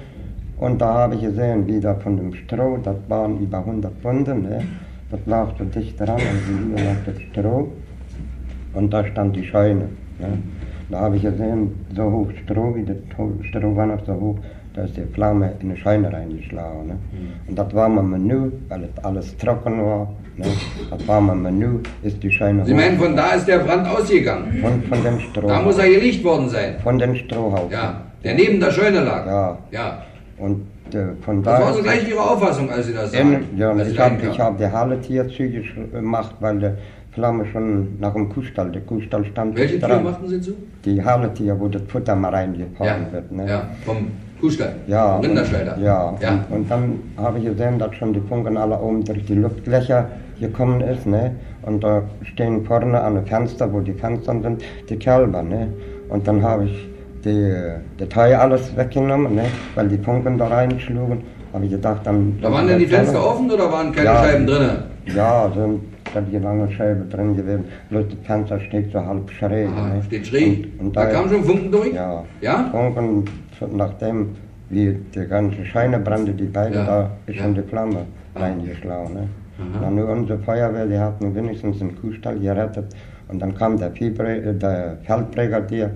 S5: Und da habe ich gesehen, wie da von dem Stroh, das waren über 100 Pfunde, ne? das lag so dicht dran, also über lag das Stroh. Und da stand die Scheune. Ne? Da habe ich gesehen, so hoch Stroh, wie das Stroh war noch so hoch, da ist die Flamme in die Scheune reingeschlagen. Ne? Und das war mein Menü, weil es alles trocken war. Ne? Das war mein Menü, ist die Scheune
S3: Sie
S5: hoch.
S3: meinen, von da ist der Brand ausgegangen?
S5: Von, von dem Stroh.
S3: Da muss er gelegt worden sein.
S5: Von dem Strohhaufen.
S3: Ja, der neben der Scheune lag.
S5: Ja.
S3: Ja.
S5: Und äh, von da.
S3: Das war so gleich Ihre Auffassung, als Sie das sagen. Also
S5: In, ja, und
S3: als Sie
S5: Ähm, also ich habe
S3: reinkamen.
S5: hab die Halle hier zügig gemacht, weil die Flamme schon nach dem Kuhstall, der Kuhstall stand
S3: Welche Tür
S5: dran.
S3: machten Sie zu?
S5: Die Halle hier, wo das Futter mal reingefahren
S3: Ja,
S5: wird. Ne?
S3: ja, vom Kuhstall.
S5: Ja,
S3: Vom Rinderscheider.
S5: Und, ja,
S3: Ja.
S5: Und, und dann habe ich gesehen, dass schon die Funken alle oben durch die Luftlöcher gekommen ist, ne? Und da stehen vorne an dem Fenster, wo die Fenster sind, die Kälber, ne? Und dann habe ich die, die Teile alles weggenommen, ne? Weil die Funken da reinschlugen. Habe ich gedacht, dann.
S3: Da waren denn die Fenster offen oder waren keine Scheiben drinne?
S5: Ja, sind da die lange Scheibe drin gewesen. Bloß das Fenster steht so halb schräg. ne?
S3: Ah, Steht schräg.
S5: Und, und
S3: da kamen schon Funken durch?
S5: Ja.
S3: Ja?
S5: Funken, so nachdem wie die ganze Scheine brannte, die beiden
S3: Ja.
S5: da ist schon die Flamme reingeschlagen. Ne?
S3: Aha.
S5: Na, nur unsere Feuerwehr, die hatten wenigstens den Kuhstall gerettet. Und dann kam der, Viehbre äh, der Feldbrigadier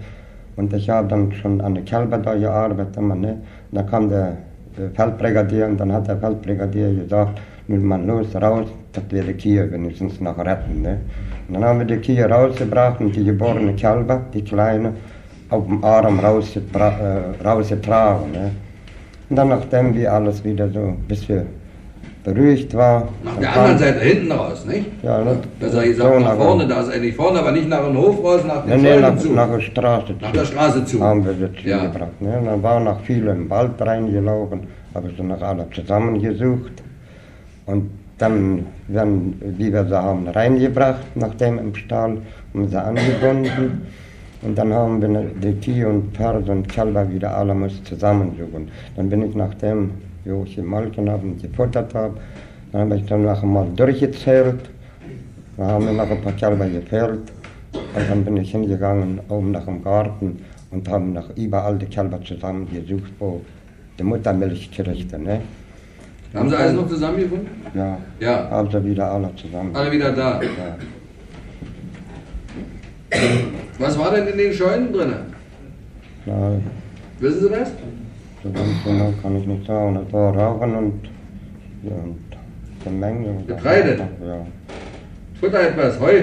S5: und ich habe dann schon an den Kälber da gearbeitet. Immer, ne? Und dann kam der äh, Feldbrigadier und dann hat der Feldbrigadier gesagt, nun mal los, raus, dass wir die Kühe wenigstens noch retten. Ne? Und dann haben wir die Kühe rausgebracht und die geborene Kälber, die kleine, auf dem Arm rausgebra- äh, rausgetragen. Ne? Und dann, nachdem wir alles wieder so ein bisschen beruhigt war.
S3: Nach
S5: dann
S3: der
S5: kam-
S3: anderen Seite, hinten raus, nicht?
S5: Ja, ne?
S3: Das habe ich gesagt,
S5: So
S3: nach vorne, da ist er nicht vorne, aber nicht nach dem Hof raus, nach
S5: Nee,
S3: den
S5: nee,
S3: Zäunen
S5: nach,
S3: zu.
S5: nach der Straße
S3: Nach der Straße zu.
S5: Haben wir das
S3: Ja.
S5: hingebracht. Ne? Dann waren noch viele im Wald reingelaufen, habe ich sie noch alle zusammengesucht. Und dann werden, wie wir sie haben, reingebracht, nachdem im Stall, haben sie angebunden. Und dann haben wir die Kühe und Pferde und Kälber wieder alle muss zusammensuchen. Dann bin ich nachdem, wo ich gemolken habe und gefuttert habe, dann habe ich dann noch einmal durchgezählt. Da haben wir noch ein paar Kälber gefällt. Und dann bin ich hingegangen, oben nach dem Garten und haben noch überall die Kälber zusammengesucht, wo die Muttermilch kriegte. Ne?
S3: Haben Sie alles noch zusammengefunden?
S5: Ja.
S3: Ja.
S5: Haben sie Also wieder alle zusammen.
S3: Alle wieder da.
S5: Ja.
S3: Was war denn in den Scheunen drinne?
S5: Na,
S3: Wissen Sie das?
S5: so ganz genau kann ich nicht sagen. Es war Rauchen und, ja, und eine Menge.
S3: Getreide?
S5: Ja.
S3: Futter etwas, Heu.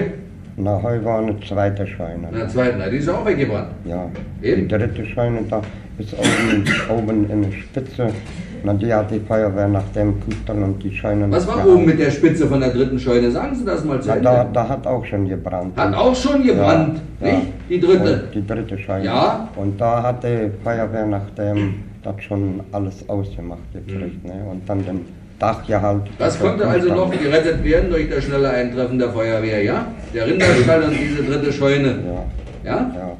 S5: Na, heute war eine zweite Scheune.
S3: Na, zweiten, na, die ist auch weggebrannt.
S5: Ja, die
S3: Eben.
S5: dritte Scheune da ist oben, oben in der Spitze. Na, die hat die Feuerwehr nach dem Kuhstall und die Scheune...
S3: Was
S5: nicht
S3: war
S5: mehr
S3: oben
S5: an.
S3: mit der Spitze von der dritten Scheune? Sagen Sie das mal zu
S5: Na, da,
S3: Ende.
S5: da hat auch schon gebrannt.
S3: Hat auch schon gebrannt, nicht? Die dritte.
S5: Und die dritte Scheune.
S3: Ja.
S5: Und da hat die Feuerwehr nachdem das schon alles ausgemacht gekriegt. Ne? Und dann den Dachgehalt.
S3: Mhm. Das konnte also noch gerettet werden durch das schnelle Eintreffen der Feuerwehr, ja? Der Rinderstall und diese dritte Scheune. Ja?
S5: Ja.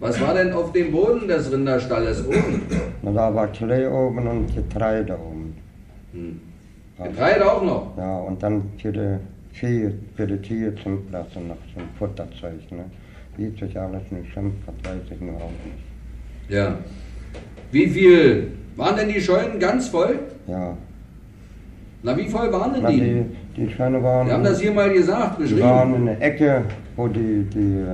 S3: Was war denn auf dem Boden des Rinderstalles oben?
S5: Na, da war Klee oben und Getreide oben. Ja.
S3: Getreide auch noch.
S5: Ja, und dann für die Vieh, für die Tiere zum Lassen noch zum Futterzeug, ne? Wie sich alles nicht schimpft, das weiß ich nur auch nicht.
S3: Ja. Wie viel waren denn die Scheunen ganz voll?
S5: Ja.
S3: Na, wie voll waren denn
S5: Na, die,
S3: die?
S5: die Schweine waren.
S3: Wir haben das hier mal gesagt,
S5: Die waren in
S3: beschrieben.
S5: der Ecke, wo die, die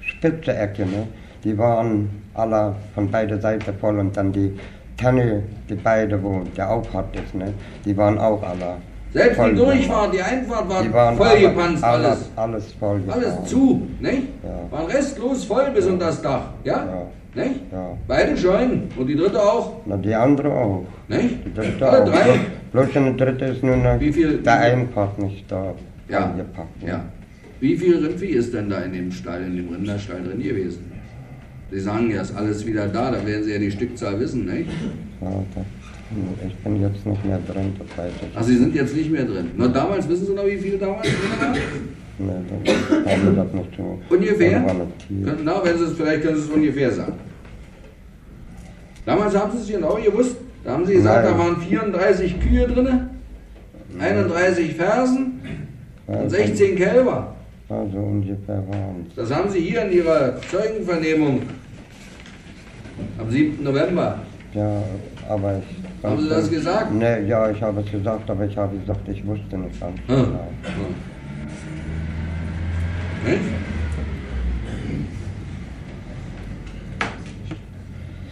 S5: spitze Ecke, ne? Die waren alle von beide Seiten voll und dann die Tanne, die beide, wo der Aufhat ist, ne? Die waren auch alle.
S3: Selbst
S5: voll
S3: die
S5: gemacht.
S3: Durchfahrt, die Einfahrt
S5: Die
S3: war
S5: waren
S3: vollgepanzt,
S5: alle,
S3: alles.
S5: Alles voll
S3: Alles zu, nicht?
S5: Ja.
S3: Waren restlos voll bis unter das Dach, ja? Nicht?
S5: Ja.
S3: Beide Scheunen und die dritte auch,
S5: Na, die andere auch.
S3: nicht?
S5: Die dritte
S3: Alle
S5: auch.
S3: Äh, drei?
S5: Bloß, bloß in der dritte ist nur noch
S3: Wie
S5: der
S3: viel- wie viel-
S5: Einfahrt nicht da
S3: Ja.
S5: eingepackt. ne?
S3: Ja. Wie viel Rindvieh ist denn da in dem Stall, in dem Rinderstall drin gewesen? Sie sagen ja, ist alles wieder da, da werden Sie ja die Stückzahl wissen, nicht?
S5: Ja, das, ich bin jetzt nicht mehr drin, das weiß ich.
S3: Ach, Also, Sie sind jetzt nicht mehr drin. Na, damals, wissen Sie noch, wie viel damals drin war?
S5: Nee, das haben wir das nicht so.
S3: Ungefähr?
S5: Das war nicht viel.
S3: Könnten- Na, wenn Sie es, vielleicht können Sie es ungefähr sagen. Damals haben Sie es genau gewusst. Da haben Sie gesagt,
S5: Nein.
S3: da waren 34 Kühe drin, 31 Fersen
S5: Ja,
S3: und 16 Kälber.
S5: Ja, so Also ungefähr waren es.
S3: Das haben Sie hier in Ihrer Zeugenvernehmung am 7. November
S5: Ja, aber ich.
S3: Haben Sie das gesagt?
S5: Nee, ja, ich habe es gesagt, aber ich habe gesagt, ich wusste nicht ganz
S3: Hm.
S5: genau.
S3: Hm?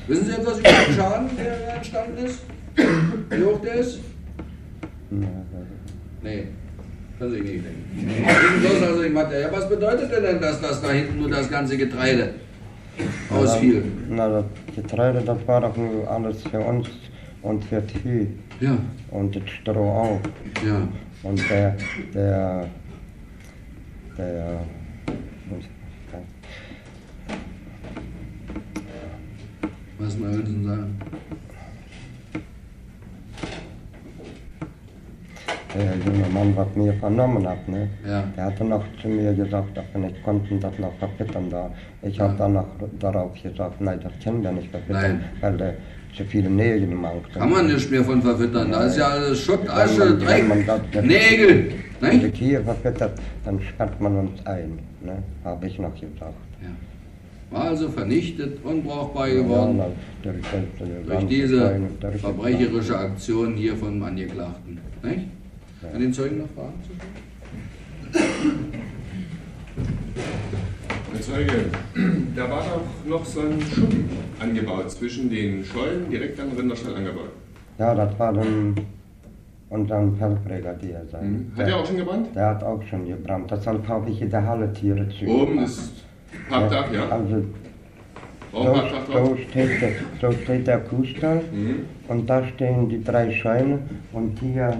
S3: Wissen Sie etwas über den Schaden, der da entstanden ist? Wie hoch der ist? Nee, können Sie nicht denken. Wissen bloß also die Mathe. Ja, was bedeutet denn, dass das da hinten nur das ganze Getreide ausfiel?
S5: Na, das Getreide, das war doch nur alles für uns und für Vieh.
S3: Ja.
S5: Und das Stroh auch.
S3: Ja.
S5: Und der, der, der,
S3: Was mal willst du denn sagen?
S5: der junge Mann, was mir vernommen hat, ne?
S3: Ja.
S5: Der hatte noch zu mir gesagt, dass wir nicht konnten das noch verfüttern da. Ich habe dann noch darauf gesagt, nein, das können wir nicht verfüttern,
S3: Nein.
S5: weil der zu viele Nägel mangt.
S3: Kann man nicht mehr von verfüttern. Da ist ja alles Schutt, Asche,
S5: Wenn man-
S3: Dreck,
S5: wenn man das- das-
S3: Nägel.
S5: Wenn die Tiere verfüttert, dann sperrt man uns ein, ne? Habe ich noch gesagt.
S3: War also vernichtet, unbrauchbar geworden
S5: Ja, na, durch, das- das
S3: durch
S5: ganze
S3: diese
S5: Zeug, durch das
S3: verbrecherische Aktion hier von Angeklagten. Nicht? An den Zeugen noch Fragen zu stellen?
S1: Herr Zeuge, da war doch noch so ein Schuppen angebaut zwischen den Schollen, direkt an den Rinderstall angebaut.
S5: Ja, das war dann unser Feldbrigadier
S3: Mhm.
S5: sein.
S1: Hm? Hat er auch schon gebrannt?
S5: Der hat auch schon gebrannt. Deshalb habe ich in der Halle Tiere zu.
S1: Oben ist Parkdach, ja?
S5: Also,
S1: Auch
S5: so,
S1: Parkdach drauf?
S5: so, steht der, so steht der Kuhstall
S1: Mhm.
S5: und da stehen die drei Schweine und hier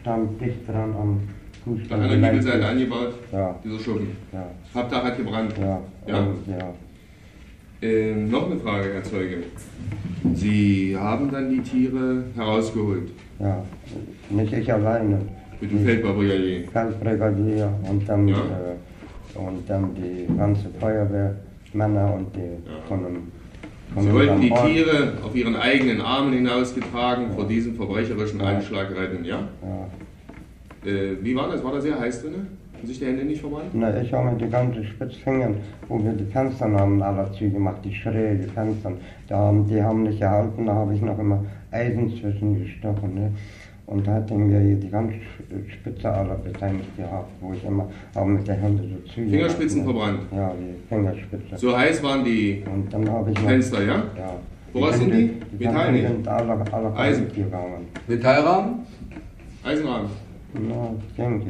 S5: stand dicht dran am
S1: An
S5: Kuhstall.
S1: einer
S5: Nein,
S1: Giebelseite angebaut,
S5: Ja.
S1: dieser Schuppen.
S5: Ja.
S1: Parkdach hat gebrannt.
S5: Ja,
S1: Ja.
S5: und- ja.
S1: Ähm, noch eine Frage, Herr Zeuge. Sie haben dann die Tiere herausgeholt
S5: Ja, nicht ich alleine.
S1: mit
S5: Mhm.
S1: dem Feldbrigadier.
S5: Feldbrigadier und dann, äh, und dann die ganze Feuerwehrmänner und die von dem. Von
S1: Sie wollten die
S5: unserem Ort.
S1: Tiere auf ihren eigenen Armen hinausgetragen vor diesem verbrecherischen Anschlag retten, ja?
S5: Ja.
S1: Äh, wie war das? War da sehr heiß drin? Haben sich die Hände nicht verbrannt?
S5: Na, ich habe mir die ganzen Spitzfinger, wo wir die Fenster haben, alle zugemacht, die Schräge, die Fenster. Da haben, die haben nicht gehalten, da habe ich noch immer Eisen zwischengestochen. Ne? Und da hatte mir hier die ganze Sch- Spitze alle beteiligt gehabt, wo ich immer auch mit der Hand so zugemacht
S1: Fingerspitzen
S5: ne?
S1: verbrannt?
S5: Ja, die Fingerspitze.
S1: So heiß waren die
S5: Und dann habe ich noch-
S1: Fenster, ja?
S5: Ja.
S1: Woraus sind die? Metall
S5: Fenster
S1: nicht?
S5: sind alle, alle
S1: Eisen.
S5: gegangen.
S3: Metallrahmen?
S1: Eisenrahmen.
S5: Na, ich denke.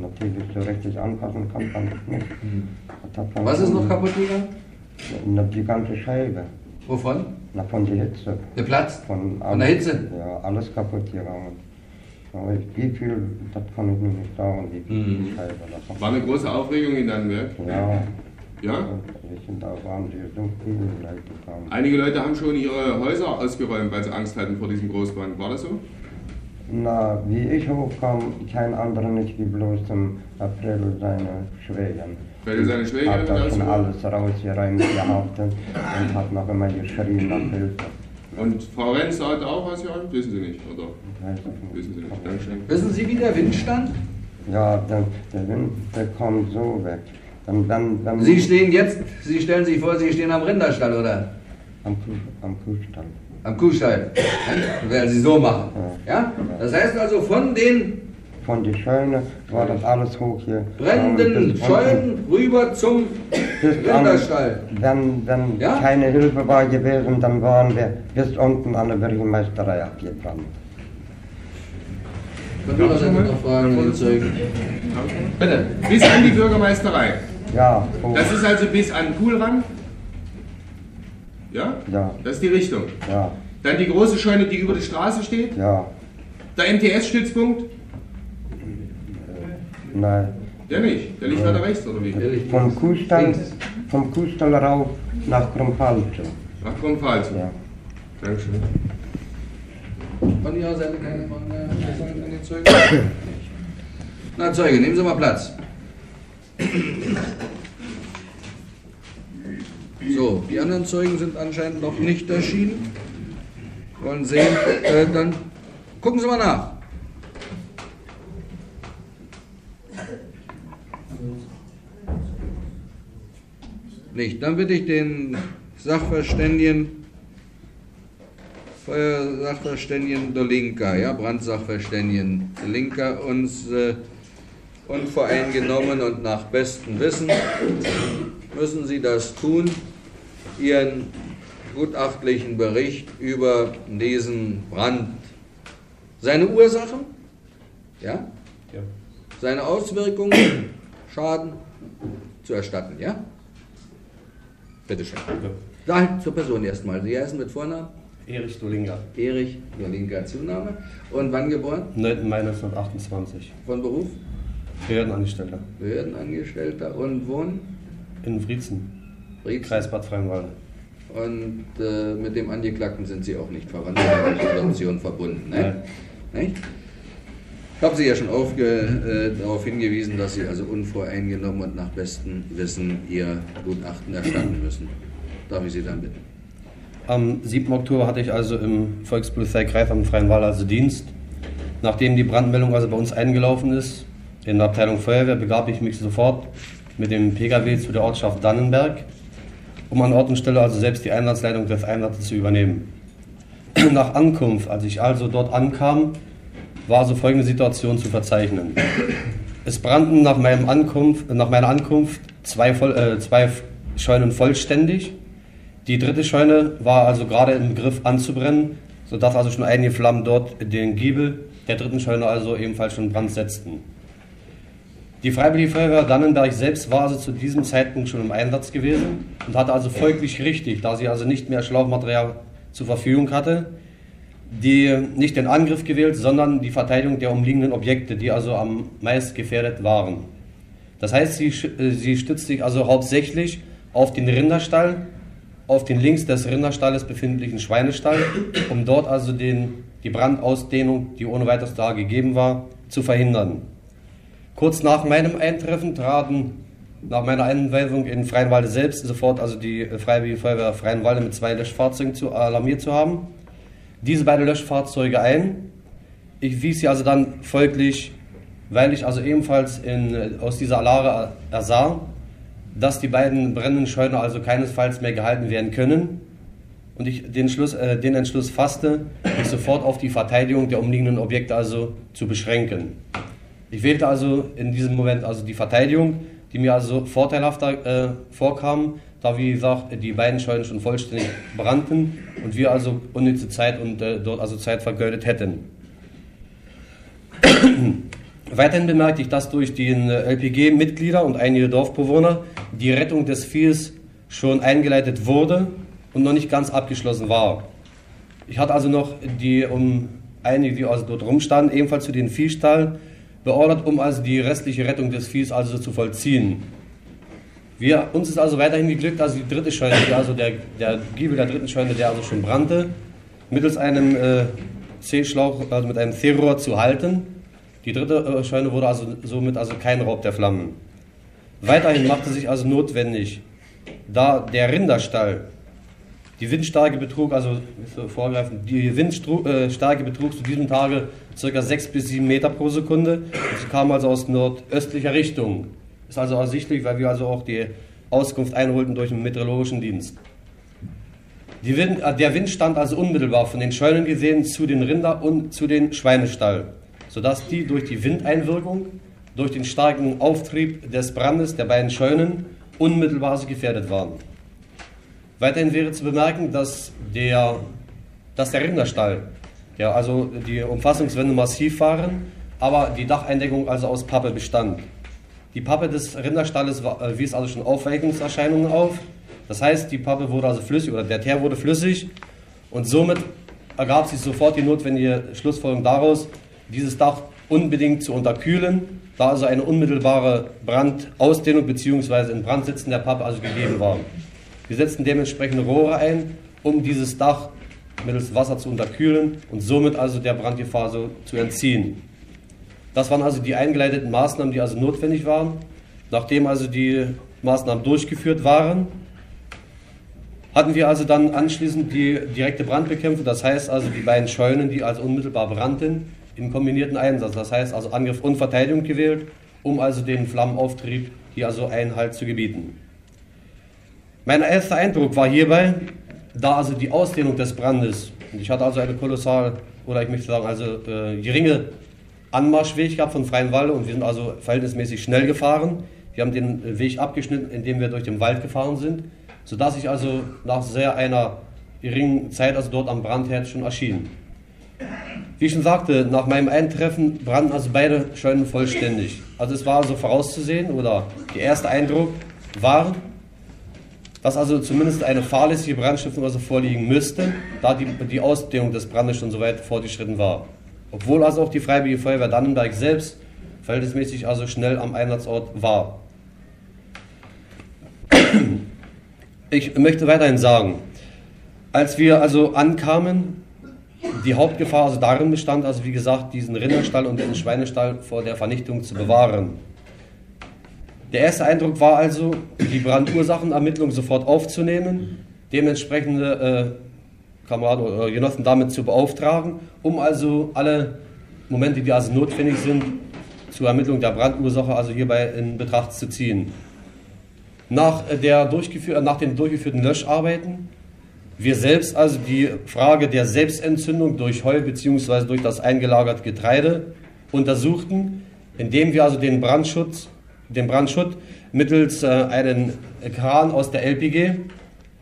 S5: Natürlich so richtig anpassen kann man das nicht.
S1: Mhm.
S5: Das hat man
S3: Was ist noch
S5: schon-
S3: kaputt gegangen?
S5: Na, die ganze Scheibe.
S3: Wovon?
S5: Na, von der Hitze.
S3: Geplatzt?
S5: Von,
S3: Von der
S5: alles-
S3: Hitze?
S5: Ja, alles kaputt gegangen. Aber ich- wie viel, das kann ich nur nicht sagen, wie viel die Scheibe. Das
S1: War eine große Aufregung in Dannenberg?
S5: Ja.
S1: Ja?
S5: Ich bin da waren die so viele Leute gekommen.
S1: Einige Leute haben schon ihre Häuser ausgeräumt, weil sie Angst hatten vor diesem Großbrand. War das so?
S5: Na, wie ich hochkam, kein anderer nicht wie bloß im April seine Schwägerin.
S1: Weil seine Schwägerin
S5: Hat da
S1: dazu-
S5: schon alles rausgeräumt gehabt und hat noch immer geschrien nach Hilfe.
S1: Und Frau Renz hat auch was geräumt? Wissen Sie nicht, oder?
S5: Weiß ich
S1: Wissen Sie nicht. Dankeschön.
S3: Wissen Sie, wie der Wind stand?
S5: Ja, der, der Wind, der kommt so weg. Dann, dann, dann
S3: Sie stehen jetzt, Sie stellen sich vor, Sie stehen am Rinderstall, oder?
S5: am, Kuh, am Kuhstall.
S3: Am Kuhstall. Das werden Sie so machen. Ja? Das heißt also, von den
S5: Von die Schöne war das alles hoch hier.
S3: brennenden Scheunen rüber zum Rinderstall.
S5: Wenn, wenn
S3: Ja?
S5: keine Hilfe war gewesen, dann waren wir bis unten an der Bürgermeisterei abgebrannt.
S3: Können wir das jetzt noch fragen, an die Zeugen?
S1: Bitte. Bis an die Bürgermeisterei.
S5: Ja, hoch.
S1: Das ist also bis an den Poolrand. Ja?
S5: Ja,
S1: Das ist die Richtung.
S5: ja,
S1: Dann die große Scheune, die über der Straße steht.
S5: ja.
S1: Der MTS-Stützpunkt.
S5: Nein.
S1: Der nicht. Der liegt weiter rechts, oder wie?
S5: Vom Kuhstall, vom Kuhstall rauf nach Krumpalce.
S1: Nach Krumpfhals.
S5: Ja.
S1: Dankeschön.
S3: Von Ihrer Seite keine Fragen mehr an den Zeugen? Na, Zeuge, nehmen Sie mal Platz. So, die anderen Zeugen sind anscheinend noch nicht erschienen. Wollen sehen, äh, dann gucken Sie mal nach. Nicht. Dann bitte ich den Sachverständigen Sachverständigen Dolinka, ja, Brandsachverständigen Dolinka uns äh, unvoreingenommen und nach bestem Wissen müssen Sie das tun, Ihren gutachtlichen Bericht über diesen Brand. Seine Ursache? Ja?
S1: Ja.
S3: Seine Auswirkungen, Schaden zu erstatten, ja? Bitte schön. Nein, zur Person erstmal. Sie heißen mit Vornamen?
S12: Erich Dolinga.
S3: Erich Dolinka, Zunahme. Und wann geboren?
S12: 9. Mai 1928.
S3: Von Beruf?
S12: Behördenangestellter.
S3: Behördenangestellter und wohnen?
S12: In Wriezen. Kreis Bad Freienwalde.
S3: Und äh, mit dem Angeklagten sind Sie auch nicht verwandt oder durch Adoption verbunden, ne? Nicht? Ich habe Sie ja schon aufge, äh, darauf hingewiesen, dass Sie also unvoreingenommen und nach bestem Wissen Ihr Gutachten erstatten müssen. Darf ich Sie dann bitten?
S12: Am 7. Oktober hatte ich also im Volkspolizeikreis am Freien Wahl also Dienst. Nachdem die Brandmeldung also bei uns eingelaufen ist, in der Abteilung Feuerwehr, begab ich mich sofort mit dem Pkw zu der Ortschaft Dannenberg, um an Ort und Stelle also selbst die Einsatzleitung des Einsatzes zu übernehmen. Nach Ankunft, als ich also dort ankam, war so folgende Situation zu verzeichnen. Es brannten nach, meinem Ankunft, äh, nach meiner Ankunft zwei, voll, äh, zwei Scheunen vollständig. Die dritte Scheune war also gerade im Begriff anzubrennen, sodass also schon einige Flammen dort den Giebel der dritten Scheune also ebenfalls schon Brand setzten. Die Freiwillige Feuerwehr Dannenberg selbst war also zu diesem Zeitpunkt schon im Einsatz gewesen und hatte also folglich richtig, da sie also nicht mehr Schlauchmaterial zur Verfügung hatte, die nicht den Angriff gewählt, sondern die Verteidigung der umliegenden Objekte, die also am meist gefährdet waren. Das heißt, sie, sch- äh, sie stützt sich also hauptsächlich auf den Rinderstall, auf den links des Rinderstalles befindlichen Schweinestall, um dort also den, die Brandausdehnung, die ohne weiteres da gegeben war, zu verhindern. Kurz nach meinem Eintreffen traten nach meiner Einweisung in Freienwalde selbst sofort also die äh, Freiwillige Feuerwehr Freienwalde mit zwei Löschfahrzeugen zu, alarmiert zu haben diese beiden Löschfahrzeuge ein. Ich wies sie also dann folglich, weil ich also ebenfalls in, äh, aus dieser Alara ersah, dass die beiden brennenden Scheunen also keinesfalls mehr gehalten werden können. Und ich den, Schluss, äh, den Entschluss fasste, mich sofort auf die Verteidigung der umliegenden Objekte also zu beschränken. Ich wählte also in diesem Moment also die Verteidigung, die mir also vorteilhafter äh, vorkam, da wie gesagt die beiden Scheunen schon vollständig brannten und wir also unnütze Zeit und äh, dort also Zeit vergeudet hätten. Weiterhin bemerkte ich, dass durch die äh, LPG-Mitglieder und einige Dorfbewohner die Rettung des Viehs schon eingeleitet wurde und noch nicht ganz abgeschlossen war. Ich hatte also noch die um einige, die also dort rumstanden, ebenfalls zu den Viehstall beordert, um also die restliche Rettung des Viehs also zu vollziehen. Wir, uns ist also weiterhin geglückt, also die dritte Scheune, die also der, der Giebel der dritten Scheune, der also schon brannte, mittels einem äh, C-Schlauch, also mit einem C-Rohr zu halten. Die dritte äh, Scheune wurde also somit also kein Raub der Flammen. Weiterhin machte sich also notwendig, da der Rinderstall die Windstärke betrug, also willst du vorgreifen, die Windstärke betrug zu diesem Tage ca. 6 bis 7 Meter pro Sekunde. Und Sie kam also aus nordöstlicher Richtung. Ist also ersichtlich, weil wir also auch die Auskunft einholten durch den meteorologischen Dienst. Die Wind, äh, der Wind stand also unmittelbar von den Scheunen gesehen zu den Rinder und zu den Schweinestall, sodass die durch die Windeinwirkung, durch den starken Auftrieb des Brandes der beiden Scheunen unmittelbar also gefährdet waren. Weiterhin wäre zu bemerken, dass der, dass der Rinderstall, ja, also die Umfassungswände massiv waren, aber die Dacheindeckung also aus Pappe bestand. Die Pappe des Rinderstalles war- äh, wies also schon Aufweichungserscheinungen auf. Das heißt, die Pappe wurde also flüssig oder der Teer wurde flüssig und somit ergab sich sofort die notwendige Schlussfolgerung daraus, dieses Dach unbedingt zu unterkühlen, da also eine unmittelbare Brandausdehnung bzw. ein Brandsitzen der Pappe also gegeben war. Wir setzten dementsprechende Rohre ein, um dieses Dach mittels Wasser zu unterkühlen und somit also der Brandgefahr so zu entziehen. Das waren also die eingeleiteten Maßnahmen, die also notwendig waren. Nachdem also die Maßnahmen durchgeführt waren, hatten wir also dann anschließend die direkte Brandbekämpfung, das heißt also die beiden Scheunen, die also unmittelbar brannten, im kombinierten Einsatz, das heißt also Angriff und Verteidigung gewählt, um also den Flammenauftrieb hier also Einhalt zu gebieten. Mein erster Eindruck war hierbei, da also die Ausdehnung des Brandes Und ich hatte also eine kolossale, oder ich möchte sagen, also äh, geringe Anmarschwegigkeit von Freienwalde und wir sind also verhältnismäßig schnell gefahren. Wir haben den äh, Weg abgeschnitten, indem wir durch den Wald gefahren sind, sodass ich also nach sehr einer geringen Zeit also dort am Brandherd schon erschien. Wie ich schon sagte, nach meinem Eintreffen brannten also beide Scheunen vollständig. Also es war also vorauszusehen oder der erste Eindruck war, dass also zumindest eine fahrlässige Brandstiftung also vorliegen müsste, da die, die Ausdehnung des Brandes schon so weit fortgeschritten war. Obwohl also auch die Freiwillige Feuerwehr Dannenberg selbst verhältnismäßig also schnell am Einsatzort war. Ich möchte weiterhin sagen, als wir also ankamen, die Hauptgefahr also darin bestand, also wie gesagt, diesen Rinderstall und den Schweinestall vor der Vernichtung zu bewahren. Der erste Eindruck war also, die Brandursachenermittlung sofort aufzunehmen, dementsprechende äh, Kameraden oder Genossen damit zu beauftragen, um also alle Momente, die also notwendig sind, zur Ermittlung der Brandursache also hierbei in Betracht zu ziehen. Nach, der durchgeführ- nach den durchgeführten Löscharbeiten, wir selbst also die Frage der Selbstentzündung durch Heu bzw. durch das eingelagerte Getreide untersuchten, indem wir also den Brandschutz den Brandschutt mittels äh, einen Kran aus der LPG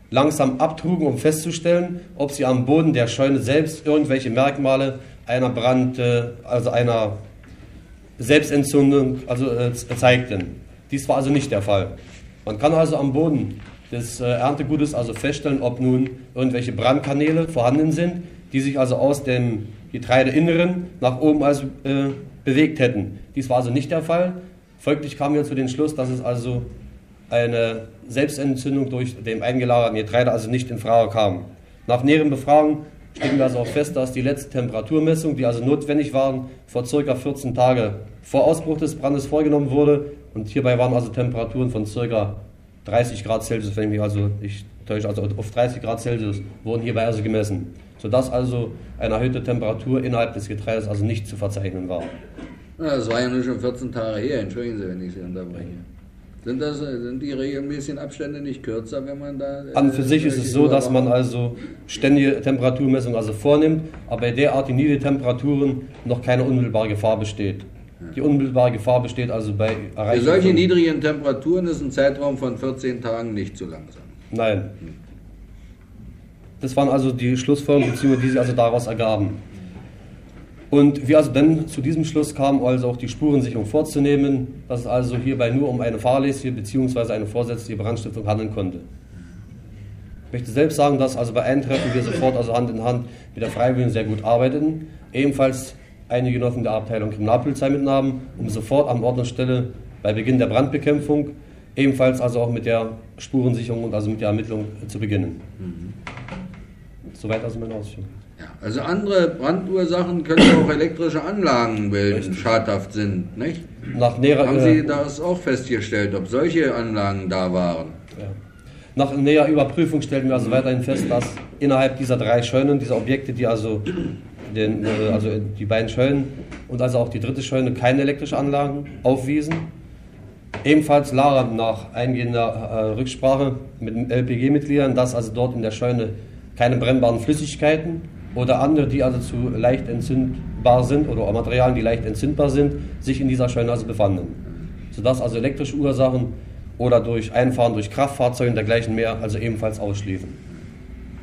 S12: langsam abtrugen, um festzustellen, ob sie am Boden der Scheune selbst irgendwelche Merkmale einer Brand, äh, also einer Selbstentzündung also, äh, zeigten. Dies war also nicht der Fall. Man kann also am Boden des Erntegutes also feststellen, ob nun irgendwelche Brandkanäle vorhanden sind, die sich also aus dem Getreideinneren nach oben also bewegt hätten. Dies war also nicht der Fall. Folglich kamen wir zu dem Schluss, dass es also eine Selbstentzündung durch den eingelagerten Getreide also nicht in Frage kam. Nach näheren Befragen stellen wir also auch fest, dass die letzte Temperaturmessung, die also notwendig waren, vor ca. 14 Tage vor Ausbruch des Brandes vorgenommen wurde und hierbei waren also Temperaturen von ca. 30 Grad Celsius, wenn ich mich also ich täusche, also auf 30 Grad Celsius wurden hierbei also gemessen, sodass also eine erhöhte Temperatur innerhalb des Getreides also nicht zu verzeichnen war.
S4: Das war ja nur schon 14 Tage her, entschuldigen Sie, wenn ich Sie unterbreche. Sind, das, sind die regelmäßigen Abstände nicht kürzer, wenn man da. äh,
S12: An für sich ist es so, dass man also ständige Temperaturmessungen also vornimmt, aber bei derartig niedrigen Temperaturen noch keine unmittelbare Gefahr besteht. Die unmittelbare Gefahr besteht also bei
S4: Bei
S12: Erreichung.
S4: solchen niedrigen Temperaturen ist ein Zeitraum von 14 Tagen nicht zu langsam.
S12: Nein. Das waren also die Schlussfolgerungen, beziehungsweise die sich also daraus ergaben. Und wir also dann zu diesem Schluss kamen, also auch die Spurensicherung vorzunehmen, dass es also hierbei nur um eine fahrlässige bzw. eine vorsätzliche Brandstiftung handeln konnte. Ich möchte selbst sagen, dass also bei Eintreffen wir sofort also Hand in Hand mit der Freiwilligen sehr gut arbeiteten. Ebenfalls einige Genossen der Abteilung Kriminalpolizei mitnahmen, um sofort an Ort und Stelle bei Beginn der Brandbekämpfung ebenfalls also auch mit der Spurensicherung und also mit der Ermittlung zu beginnen. Soweit also meine Ausführung.
S4: Also andere Brandursachen können ja auch elektrische Anlagen bilden, schadhaft sind, nicht?
S12: Nach näherer-
S4: Haben Sie
S12: äh,
S4: das auch festgestellt, ob solche Anlagen da waren?
S12: Nach näherer Überprüfung stellten wir also weiterhin fest, dass innerhalb dieser drei Scheunen, dieser Objekte, die also, den, äh, also die beiden Scheunen und also auch die dritte Scheune keine elektrischen Anlagen aufwiesen. Ebenfalls lagen nach eingehender äh, Rücksprache mit den LPG-Mitgliedern, dass also dort in der Scheune keine brennbaren Flüssigkeiten oder andere, die also zu leicht entzündbar sind oder auch Materialien, die leicht entzündbar sind, sich in dieser Scheune also befanden. Sodass also elektrische Ursachen oder durch Einfahren durch Kraftfahrzeuge und dergleichen mehr also ebenfalls ausschließen.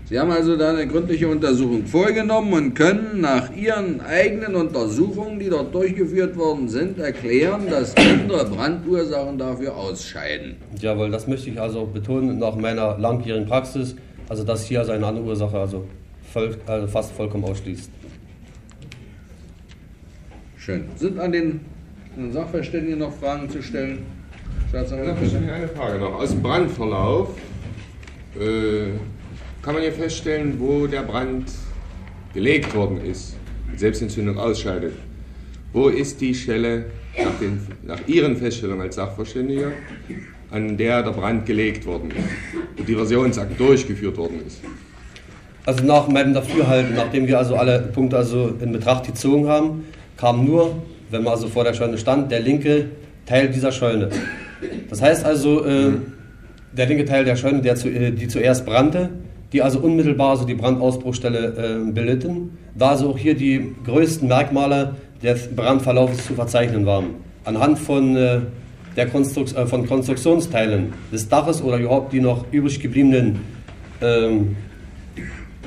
S4: Sie haben also da eine gründliche Untersuchung vorgenommen und können nach Ihren eigenen Untersuchungen, die dort durchgeführt worden sind, erklären, dass andere Brandursachen dafür ausscheiden.
S12: Jawohl, das möchte ich also betonen nach meiner langjährigen Praxis, also dass hier also eine andere Ursache also, voll, also fast vollkommen ausschließt.
S4: Schön. Sind an den, an den Sachverständigen noch Fragen zu stellen?
S1: Dann
S4: Staatsanwalt?
S1: habe ich noch eine Frage noch. Aus dem Brandverlauf äh, kann man ja feststellen, wo der Brand gelegt worden ist, Selbstentzündung ausscheidet. Wo ist die Stelle nach, den, nach Ihren Feststellungen als Sachverständiger, an der der Brand gelegt worden ist, und Diversionsakt durchgeführt worden ist?
S12: Also nach meinem Dafürhalten, nachdem wir also alle Punkte also in Betracht gezogen haben, kam nur, wenn man also vor der Scheune stand, der linke Teil dieser Scheune. Das heißt also, äh, der linke Teil der Scheune, der zu, äh, die zuerst brannte, die also unmittelbar so die Brandausbruchstelle äh, bildeten, da also auch hier die größten Merkmale des Brandverlaufes zu verzeichnen waren. Anhand von, äh, der Konstruk äh, von Konstruktionsteilen des Daches oder überhaupt die noch übrig gebliebenen ähm,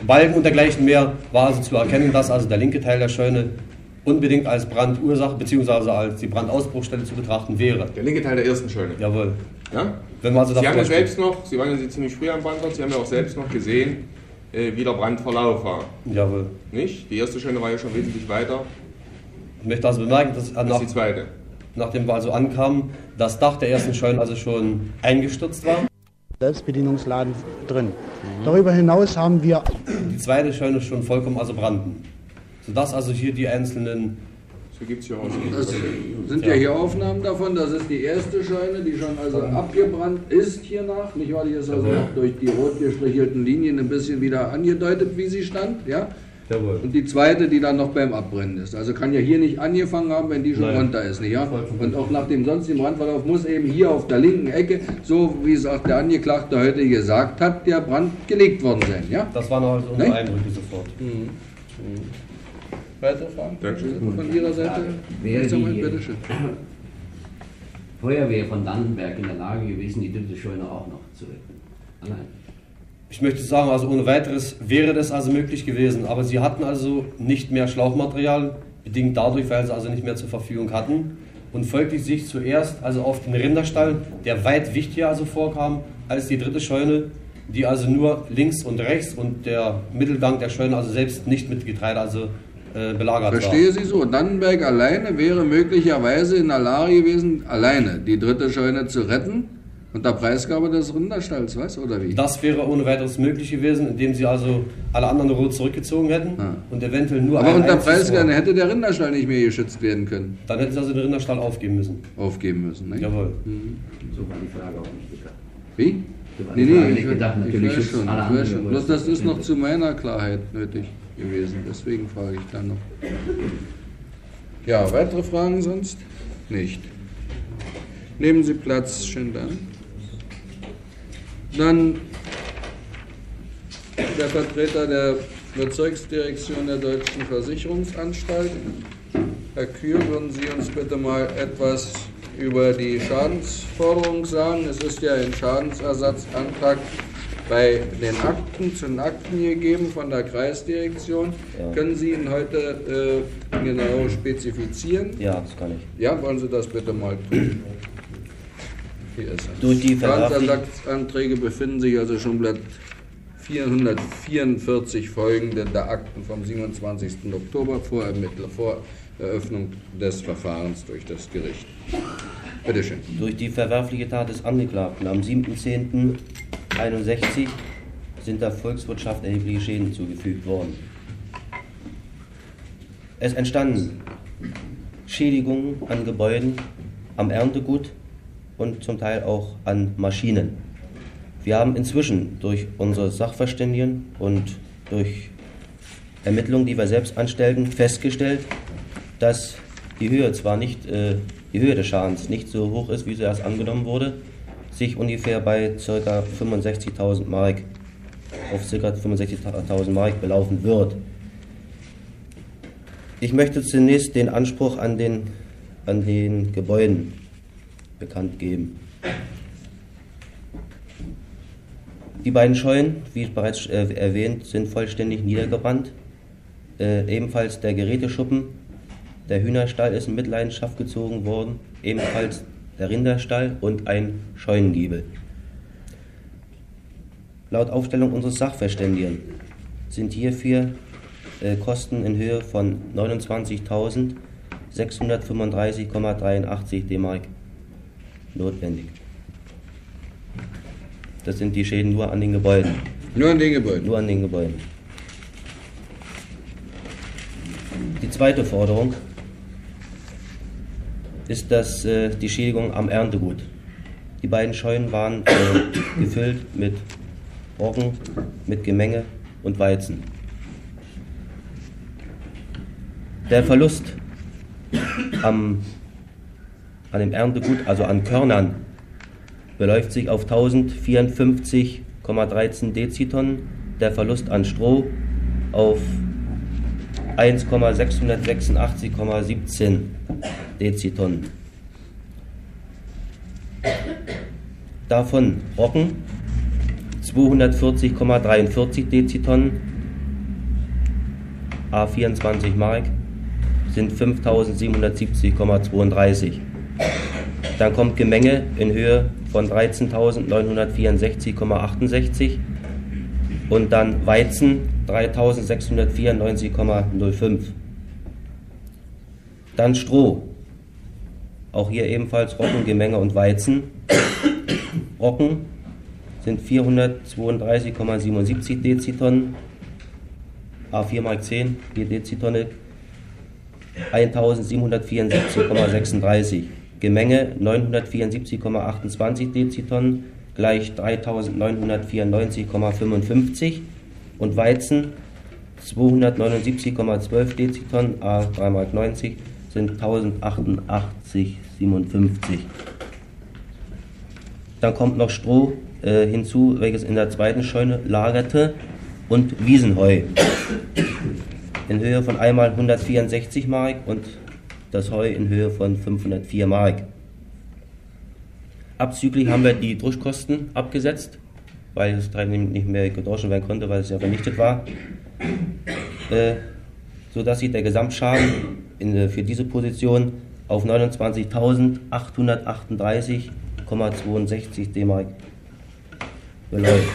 S12: Balken und dergleichen mehr war also zu erkennen, dass also der linke Teil der Scheune unbedingt als Brandursache bzw. als die Brandausbruchstelle zu betrachten wäre.
S1: Der linke Teil der ersten Scheune.
S12: Jawohl.
S1: Ja?
S12: Wenn man also
S1: Sie haben ja
S12: davor
S1: selbst noch, Sie waren ja ziemlich früh am Brandort, Sie haben ja auch selbst noch gesehen, äh, wie der Brandverlauf war.
S12: Jawohl.
S1: Nicht? Die erste Scheune war ja schon wesentlich weiter.
S12: Ich möchte also bemerken, dass äh, nach,
S1: die zweite.
S12: nachdem wir also ankamen, das Dach der ersten Scheune also schon eingestürzt war.
S7: Selbstbedienungsladen drin. Darüber hinaus haben wir
S12: Die zweite Scheune schon vollkommen also brannten. Sodass also hier die einzelnen.
S1: So gibt es ja auch.
S3: Das sind ja hier Aufnahmen davon. Das ist die erste Scheune, die schon also abgebrannt ist hiernach. Nicht wahr? Die ist also
S12: Jawohl.
S3: noch durch die rot gestrichelten Linien ein bisschen wieder angedeutet, wie sie stand. Ja?
S12: Jawohl.
S3: Und die zweite, die dann noch beim Abbrennen ist. Also kann ja hier nicht angefangen haben, wenn die schon
S12: Nein.
S3: runter ist. Nicht, ja? Und auch nach dem sonstigen Brandverlauf muss eben hier auf der linken Ecke, so wie es auch der Angeklagte heute gesagt hat, der Brand gelegt worden sein. Ja?
S12: Das waren also unsere
S3: Nicht? Mhm.
S12: Eindrücke sofort.
S3: Weitere Fragen?
S6: Dankeschön.
S3: Von Ihrer Seite?
S6: Wäre
S3: Jetzt einmal,
S6: die
S3: bitteschön.
S6: Feuerwehr von Landenberg in der Lage gewesen, die dritte Scheune auch noch zu retten. Allein.
S12: Ich möchte sagen, also ohne weiteres wäre das also möglich gewesen, aber sie hatten also nicht mehr Schlauchmaterial, bedingt dadurch, weil sie also nicht mehr zur Verfügung hatten und folglich sich zuerst also auf den Rinderstall, der weit wichtiger also vorkam als die dritte Scheune, die also nur links und rechts und der Mittelgang der Scheune also selbst nicht mit Getreide also äh, belagert
S3: Verstehe
S12: war.
S3: Sie so, Dannenberg alleine wäre möglicherweise in der Lage gewesen, alleine die dritte Scheune zu retten unter Preisgabe des Rinderstalls, was oder wie?
S12: Das wäre ohne weiteres möglich gewesen, indem sie also alle anderen Rohr zurückgezogen hätten und eventuell nur
S3: Aber
S12: ein
S3: unter
S12: einziges Rohr.
S3: Preisgabe hätte der Rinderstall nicht mehr geschützt werden können.
S12: Dann hätten sie also den Rinderstall aufgeben müssen.
S3: Aufgeben müssen, ne?
S12: Jawohl.
S6: So war die Frage auch nicht gedacht.
S3: Wie?
S6: So war die Frage nicht gedacht. Natürlich
S3: ich weiß
S6: schützt
S3: schon,
S6: alle
S3: ich weiß
S6: anderen.
S3: schon.
S6: aber
S3: Bloß das ist noch
S6: nicht
S3: zu meiner Klarheit nötig gewesen, deswegen frage ich dann noch. Ja, weitere Fragen sonst? Nicht. Nehmen Sie Platz, schön Dank. Dann der Vertreter der Bezirksdirektion der Deutschen Versicherungsanstalt. Herr Kühl, würden Sie uns bitte mal etwas über die Schadensforderung sagen? Es ist ja ein Schadensersatzantrag bei den Akten, zu den Akten gegeben von der Kreisdirektion.
S13: Ja.
S3: Können Sie ihn heute äh, genau spezifizieren?
S13: Ja, das kann ich.
S3: Ja, wollen Sie das bitte mal tun? Hier ist er.
S13: Durch die vertraglichen-
S3: Schadensersatzanträge befinden sich also schon Blatt 444 folgende der Akten vom 27. Oktober vor, Ermittler, vor Eröffnung des Verfahrens durch das Gericht. Bitte schön.
S13: Durch die verwerfliche Tat des Angeklagten am 7.10.61 sind der Volkswirtschaft erhebliche Schäden zugefügt worden. Es entstanden Schädigungen an Gebäuden, am Erntegut und zum Teil auch an Maschinen. Wir haben inzwischen durch unsere Sachverständigen und durch Ermittlungen, die wir selbst anstellten, festgestellt, dass die Höhe zwar nicht, äh, die Höhe des Schadens nicht so hoch ist, wie sie erst angenommen wurde, sich ungefähr bei ca. 65.000 Mark auf ca. 65.000 Mark belaufen wird. Ich möchte zunächst den Anspruch an den, an den Gebäuden bekannt geben. Die beiden Scheunen, wie bereits äh, erwähnt, sind vollständig niedergebrannt. Äh, ebenfalls der Geräteschuppen, der Hühnerstall ist in Mitleidenschaft gezogen worden, ebenfalls der Rinderstall und ein Scheunengiebel. Laut Aufstellung unseres Sachverständigen sind hierfür äh, Kosten in Höhe von 29.635,83 D-Mark notwendig. Das sind die Schäden nur an den Gebäuden.
S3: Nur an den Gebäuden?
S13: Nur an den Gebäuden. Die zweite Forderung ist das, äh, die Schädigung am Erntegut. Die beiden Scheunen waren äh, gefüllt mit Roggen, mit Gemenge und Weizen. Der Verlust am, an dem Erntegut, also an Körnern, beläuft sich auf 1054,13 Dezitonnen der Verlust an Stroh auf 1,686,17 Dezitonnen. Davon Roggen 240,43 Dezitonnen A24 Mark sind 5770,32. Dann kommt Gemenge in Höhe von 13.964,68 und dann Weizen 3.694,05. Dann Stroh, auch hier ebenfalls Roggen, Gemenge und Weizen. Roggen sind 432,77 Dezitonnen, A4 mal 10, je Dezitonne 1774,36. Gemenge 974,28 Dezitonnen gleich 3994,55 und Weizen 279,12 Dezitonnen A3 mal 90 sind 1088,57. Dann kommt noch Stroh äh, hinzu, welches in der zweiten Scheune lagerte und Wiesenheu in Höhe von einmal 164 Mark und das Heu in Höhe von 504 Mark. Abzüglich haben wir die Druschkosten abgesetzt, weil das Teil nicht mehr gedroschen werden konnte, weil es ja vernichtet war, äh, sodass sich der Gesamtschaden in, äh, für diese Position auf 29.838,62 D-Mark beläuft.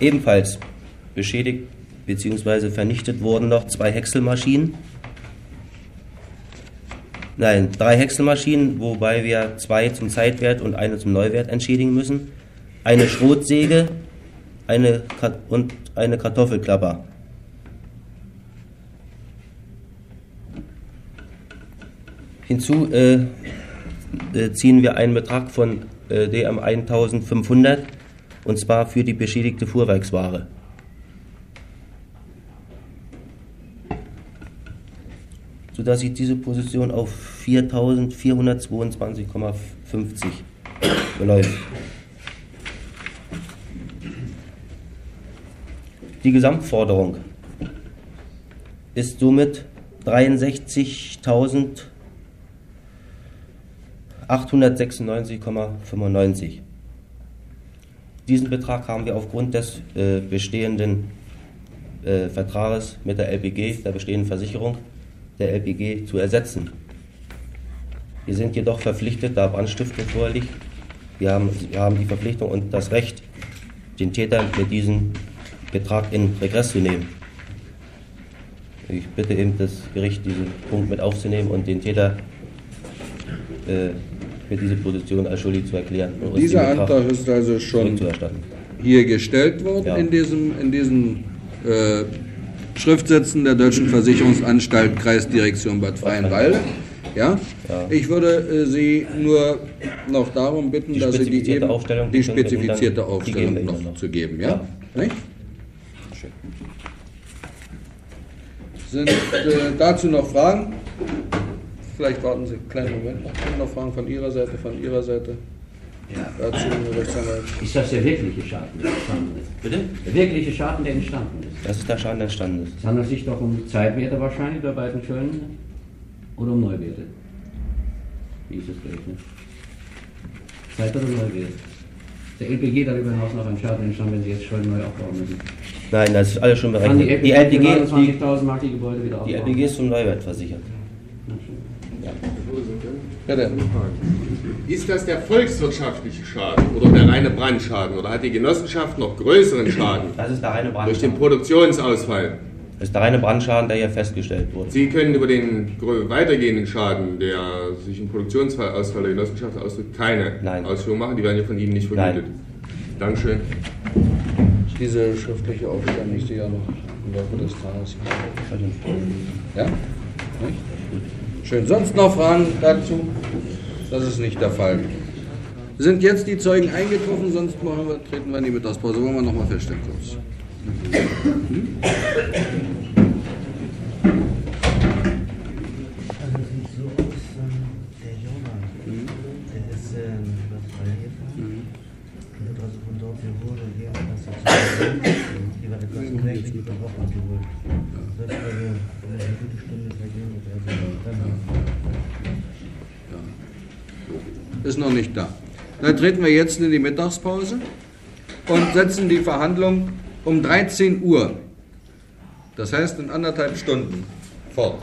S13: Ebenfalls beschädigt bzw. vernichtet wurden noch zwei Häckselmaschinen. Nein, drei Häckselmaschinen, wobei wir zwei zum Zeitwert und eine zum Neuwert entschädigen müssen. Eine Schrotsäge eine Kat und eine Kartoffelklapper. Hinzu äh, äh, ziehen wir einen Betrag von äh, DM 1500 und zwar für die beschädigte Fuhrwerksware. Sodass sich diese Position auf 4.422,50 beläuft. Die Gesamtforderung ist somit 63.896,95. Diesen Betrag haben wir aufgrund des äh, bestehenden äh, Vertrages mit der LPG, der bestehenden Versicherung der LPG, zu ersetzen. Wir sind jedoch verpflichtet, da Brandstiftung vorliegt, wir haben, wir haben die Verpflichtung und das Recht, den Täter mit diesem Betrag in Regress zu nehmen. Ich bitte eben das Gericht, diesen Punkt mit aufzunehmen und den Täter äh, für diese Position als schuldig zu erklären.
S3: Dieser Antrag ist also schon hier gestellt worden
S13: Ja.
S3: in diesem, in diesen äh, Schriftsätzen der Deutschen Versicherungsanstalt Kreisdirektion Bad Freienwalde. Ja?
S13: Ja.
S3: Ich würde äh, Sie nur noch darum bitten, dass Sie die,
S13: spezifizierte
S3: eben,
S13: Aufstellung,
S3: die
S13: die können wir Ihnen dann-
S3: spezifizierte
S13: die geben
S3: Aufstellung
S13: wir Ihnen
S3: noch,
S13: noch.
S3: zu geben. Ja? Nicht? Schön. Sind äh, dazu noch Fragen? Vielleicht warten Sie einen kleinen Moment. Noch Fragen von Ihrer Seite, von Ihrer Seite?
S6: Ja.
S3: Dazu, Herr Rechtsanwalt.
S6: Ist das der wirkliche Schaden, der entstanden ist? Bitte? Der wirkliche Schaden, der entstanden ist.
S13: Das ist der Schaden, der entstanden ist.
S6: Es handelt sich doch um Zeitwerte wahrscheinlich bei beiden Schönen oder um Neuwerte. Wie ist das gerechnet? Zeit oder Neuwert? Der LPG darüber hinaus noch ein Schaden entstanden, wenn Sie jetzt Schulden neu aufbauen müssen.
S13: Nein, das ist alles schon
S6: Kann
S13: berechnet. Die
S6: LPG
S13: LPG,
S6: für
S13: die,
S6: 29.000 Mark die Gebäude wieder
S13: die
S6: aufbauen?
S13: LPG ist zum Neuwert versichert.
S3: Bitte.
S1: Ist das der volkswirtschaftliche Schaden oder der reine Brandschaden? Oder hat die Genossenschaft noch größeren Schaden?
S13: Das ist der reine Brandschaden.
S1: Durch den Produktionsausfall.
S13: Das ist der reine Brandschaden, der hier festgestellt wurde.
S1: Sie können über den grö- weitergehenden Schaden, der sich im Produktionsausfall der Genossenschaft ausdrückt, keine Ausführung machen. Die werden ja von Ihnen nicht vergütet. Dankeschön.
S3: Diese schriftliche Aufstellung, ich sehe ja noch im Laufe des Tages. hier. Ja? Nicht? Schön. Sonst noch Fragen dazu? Das ist nicht der Fall. Sind jetzt die Zeugen eingetroffen, sonst machen wir, treten wir in die Mittagspause. Wollen wir nochmal feststellen kurz.
S14: Also sieht so aus.
S1: Mhm.
S6: Mhm. Ist noch nicht da. Dann treten wir jetzt in die Mittagspause und setzen die Verhandlung um 13 Uhr, das heißt in anderthalb Stunden, fort.